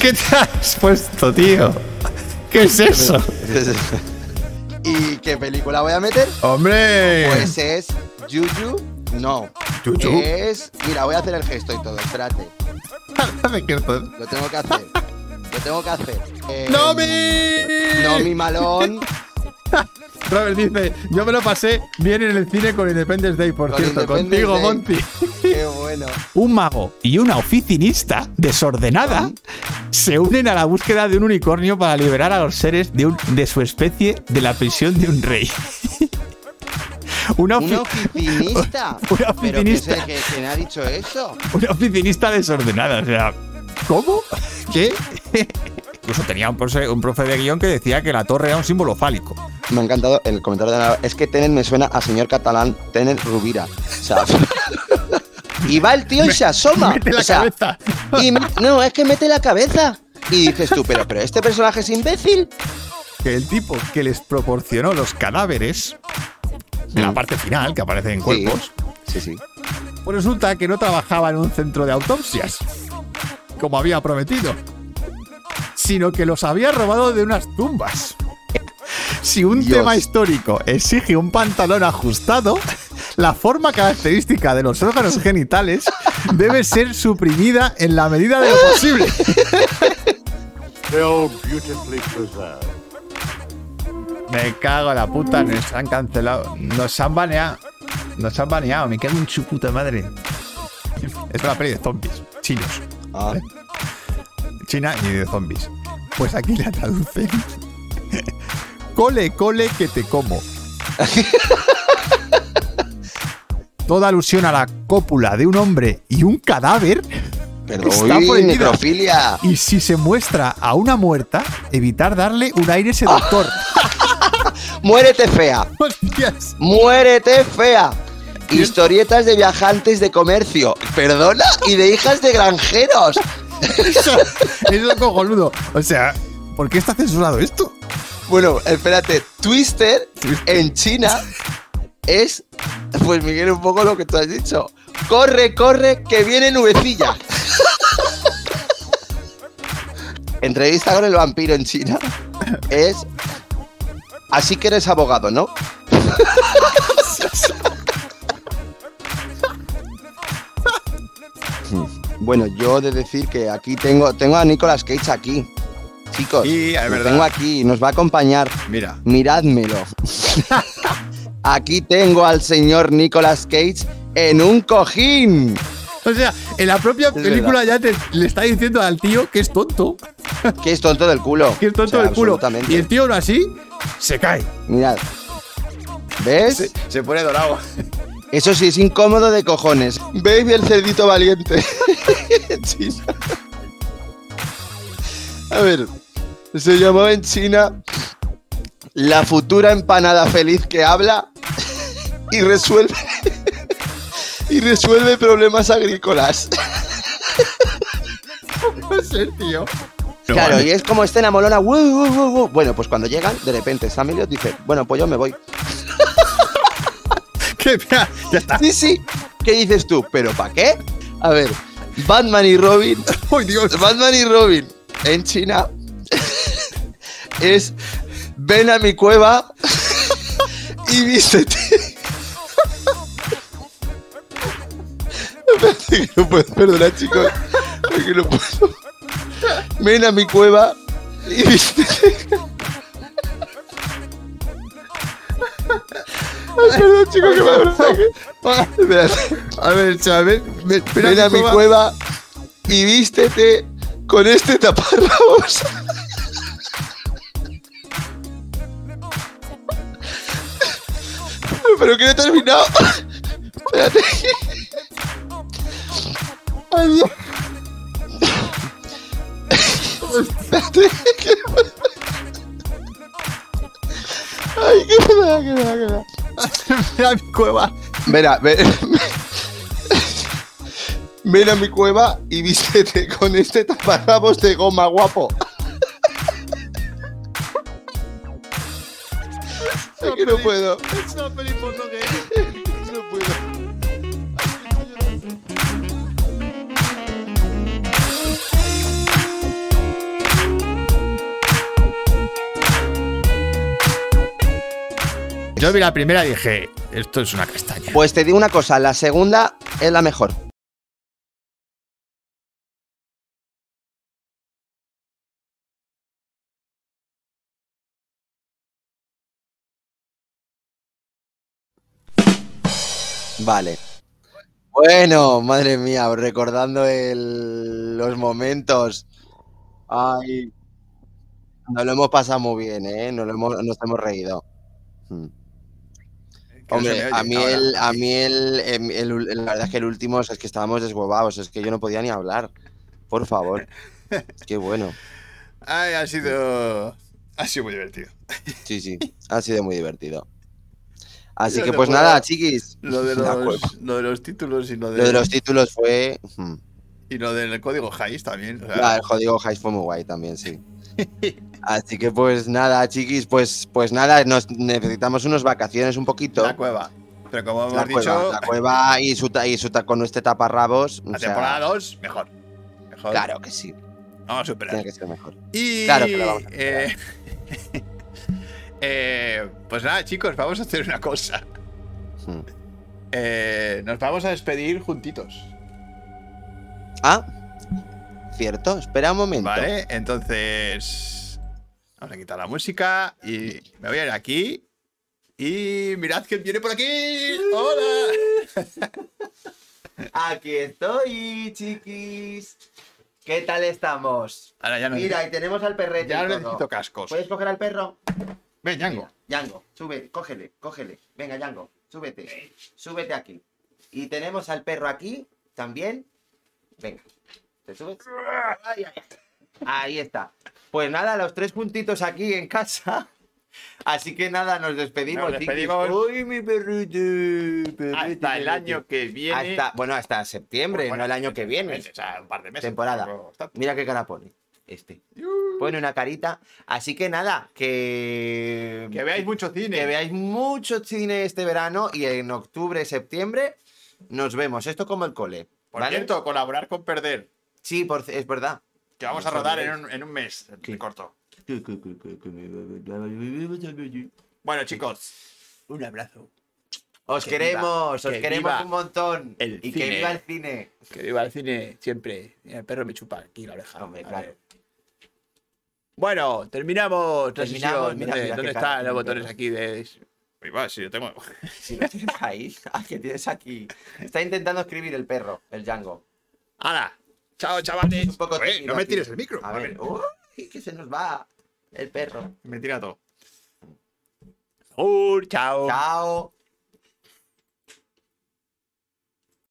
¿Qué te has puesto, tío? ¿Qué es eso? ¿Y qué película voy a meter? ¡Hombre! Pues es Juju, no. Juju. Es, mira, voy a hacer el gesto y todo, espérate. ¿De qué estás? Lo tengo que hacer. Lo tengo que hacer. Eh, ¡Nomi! No, mi malón. Robert dice, yo me lo pasé bien en el cine con Independence Day, por Con cierto, Independence contigo, Day. Monty. Qué bueno. Un mago y una oficinista desordenada se unen a la búsqueda de un unicornio para liberar a los seres de, un- de su especie de la prisión de un rey. Una, ¿Un ofi- oficinista? Una ¿Pero quién, oficinista. es el que- quién ha dicho eso? una oficinista desordenada. O sea, ¿cómo? ¿Qué? Incluso tenía un profe, un profe de guión que decía que la torre era un símbolo fálico. Me ha encantado el comentario de Ana. Es que Tenet me suena a señor catalán Tenet Rubira. O sea, y va el tío y se asoma. Mete la O sea, cabeza. y me- no, es que mete la cabeza. Y dices tú, pero, pero este personaje es imbécil. Que el tipo que les proporcionó los cadáveres, en la parte final que aparecen en Sí. cuerpos, Sí, sí. pues resulta que no trabajaba en un centro de autopsias, como había prometido, sino que los había robado de unas tumbas. Si un Dios. tema histórico exige un pantalón ajustado, la forma característica de los órganos genitales debe ser suprimida en la medida de lo posible. So beautifully preserved. Me cago en la puta, nos han cancelado. Nos han baneado. Nos han baneado, me cago en su puta madre. Es una peli de zombies, chinos. Eh, Ah, China ni de zombies. Pues aquí la traducen. Cole, cole, que te como. Toda alusión a la cópula de un hombre y un cadáver. perdón. Está Uy, prohibida. necrofilia. Y si se muestra a una muerta, evitar darle un aire seductor. Muérete fea. ¡Hostias! Muérete fea. Historietas de viajantes de comercio. Perdona. Y de hijas de granjeros. Eso, eso es cojonudo. O sea, ¿por qué está censurado esto? Bueno, espérate, Twister en China es, pues Miguel, un poco lo que tú has dicho. Corre, corre, que viene nubecilla. Entrevista con el vampiro en China es... Así que eres abogado, ¿no? Bueno, yo he de decir que aquí tengo, tengo a Nicolas Cage aquí. Chicos, Sí, es lo verdad. tengo aquí, nos va a acompañar. Mira. Mirádmelo. Aquí tengo al señor Nicolas Cage en un cojín. O sea, en la propia verdad. película ya te- le está diciendo al tío que es tonto. Que es tonto del culo. Que es tonto O sea, del culo. absolutamente. Y el tío ahora así se cae. Mirad. ¿Ves? Se, se pone dorado. Eso sí, es incómodo de cojones. Baby el cerdito valiente. En China. A ver. Se llamó en China la futura empanada feliz que habla y resuelve y resuelve problemas agrícolas. No sé, tío. Claro, y es como escena molona. "Wu, wu, wu, wu". Bueno, pues cuando llegan, de repente Sam Elliott dice, bueno, pues yo me voy. Que mira, ya está. Sí, sí. ¿Qué dices tú? ¿Pero para qué? A ver, Batman y Robin. ¡Ay, Dios! Batman y Robin en China es ven a mi cueva y vístete. Espérate que no puedo, perdona chicos, es que no puedo. Ven a mi cueva y vístete. Ay, perdón chicos que me abrazan. Espérate. A ver, chaval, ven, ven Ven a mi cueva y vístete con este taparrabos. Pero que no he terminado. Espérate. Ay, Dios. Espérate. que- Ay, qué pena, qué pena, qué pena. Ven a mi cueva. Verá, ve- Ven a mi cueva y vístete con este taparrabos de goma, guapo. Es que no puedo. No puedo. Yo vi la primera y dije, esto es una castaña. Pues te digo una cosa, la segunda es la mejor. Vale. Bueno, madre mía, recordando el- los momentos. Ay. Nos lo hemos pasado muy bien, ¿eh? Nos, lo hemos, nos hemos reído. Mm. que no se Hombre, me oye a mí, ahora. el, a mí el, em, el ul- la verdad es que el último es que estábamos deshuevados, es que yo no podía ni hablar. Por favor. Qué bueno. Ay, ha sido. Ha sido muy divertido. Sí, sí. Ha sido muy divertido. Así Yo que no pues puedo. nada, chiquis. Lo de La cueva. los, lo de los títulos y lo, de, Lo de los títulos fue. hmm, y lo del código Hais también. o sea, Ah, el código Heist fue muy guay también, sí. Así que pues nada, chiquis, pues, pues nada, nos necesitamos unas vacaciones un poquito. la cueva. Pero como hemos La dicho, cueva, la cueva y su, ta- y su ta- con este taparrabos. o la sea, temporada 2, mejor. Mejor. Claro que sí, Vamos a superar. tiene que ser mejor. Y. Claro que la vamos a eh, eh, pues nada, chicos, vamos a hacer una cosa. Hmm. Eh, nos vamos a despedir juntitos. Ah, cierto, espera un momento. Vale, entonces. Vamos a quitar la música y me voy a ir aquí. Y mirad quién viene por aquí. ¡Hola! Aquí estoy, chiquis. ¿Qué tal estamos? Ahora ya no, Mira, y tenemos al perrete. ya y no todo. necesito cascos. ¿Puedes coger al perro? Ven, Django. Yango, sube, cógele, cógele. Venga, Yango, súbete. Súbete aquí. Y tenemos al perro aquí también. Venga, ¿te subes? Ay, ay, ay. Ahí está. Pues nada, los tres juntitos aquí en casa. Así que nada, nos despedimos. Nos chiquis. despedimos. Uy, mi perrito. perrito, Hasta el perrito. año que viene. Hasta, bueno, hasta septiembre, Bueno, no el año que viene. O sea, un par de meses. Temporada. tampoco es tanto. Mira qué cara pone. Este. Pone una carita. Así que nada, que. Que veáis mucho cine. Que veáis mucho cine este verano y en octubre, septiembre nos vemos. Esto como el cole. Por ¿vale? cierto, colaborar con perder. Sí, por, es verdad. Que vamos a rodar en un, en un mes. Sí. Corto. Bueno, chicos. Un abrazo. Os Que queremos, viva, os que queremos viva un montón. el y cine. que viva el cine. Que viva el cine siempre. Mira, El perro me chupa aquí la oreja. Hombre, A claro. ver. Bueno, terminamos. la Terminamos, sesión. mira, ¿Dónde, mira dónde qué cara están tiene los el botones perro. aquí de.? Uy, va, sí, yo tengo. Si lo tienes ahí, ah, que tienes aquí. Está intentando escribir el perro, el Django. ¡Hala! ¡Chao, chavales! Un poco Oye, tímido no me aquí. tires el micro. A ver, uy, que se nos va el perro. Me tira todo. ¡Agur! ¡Chao! Chao.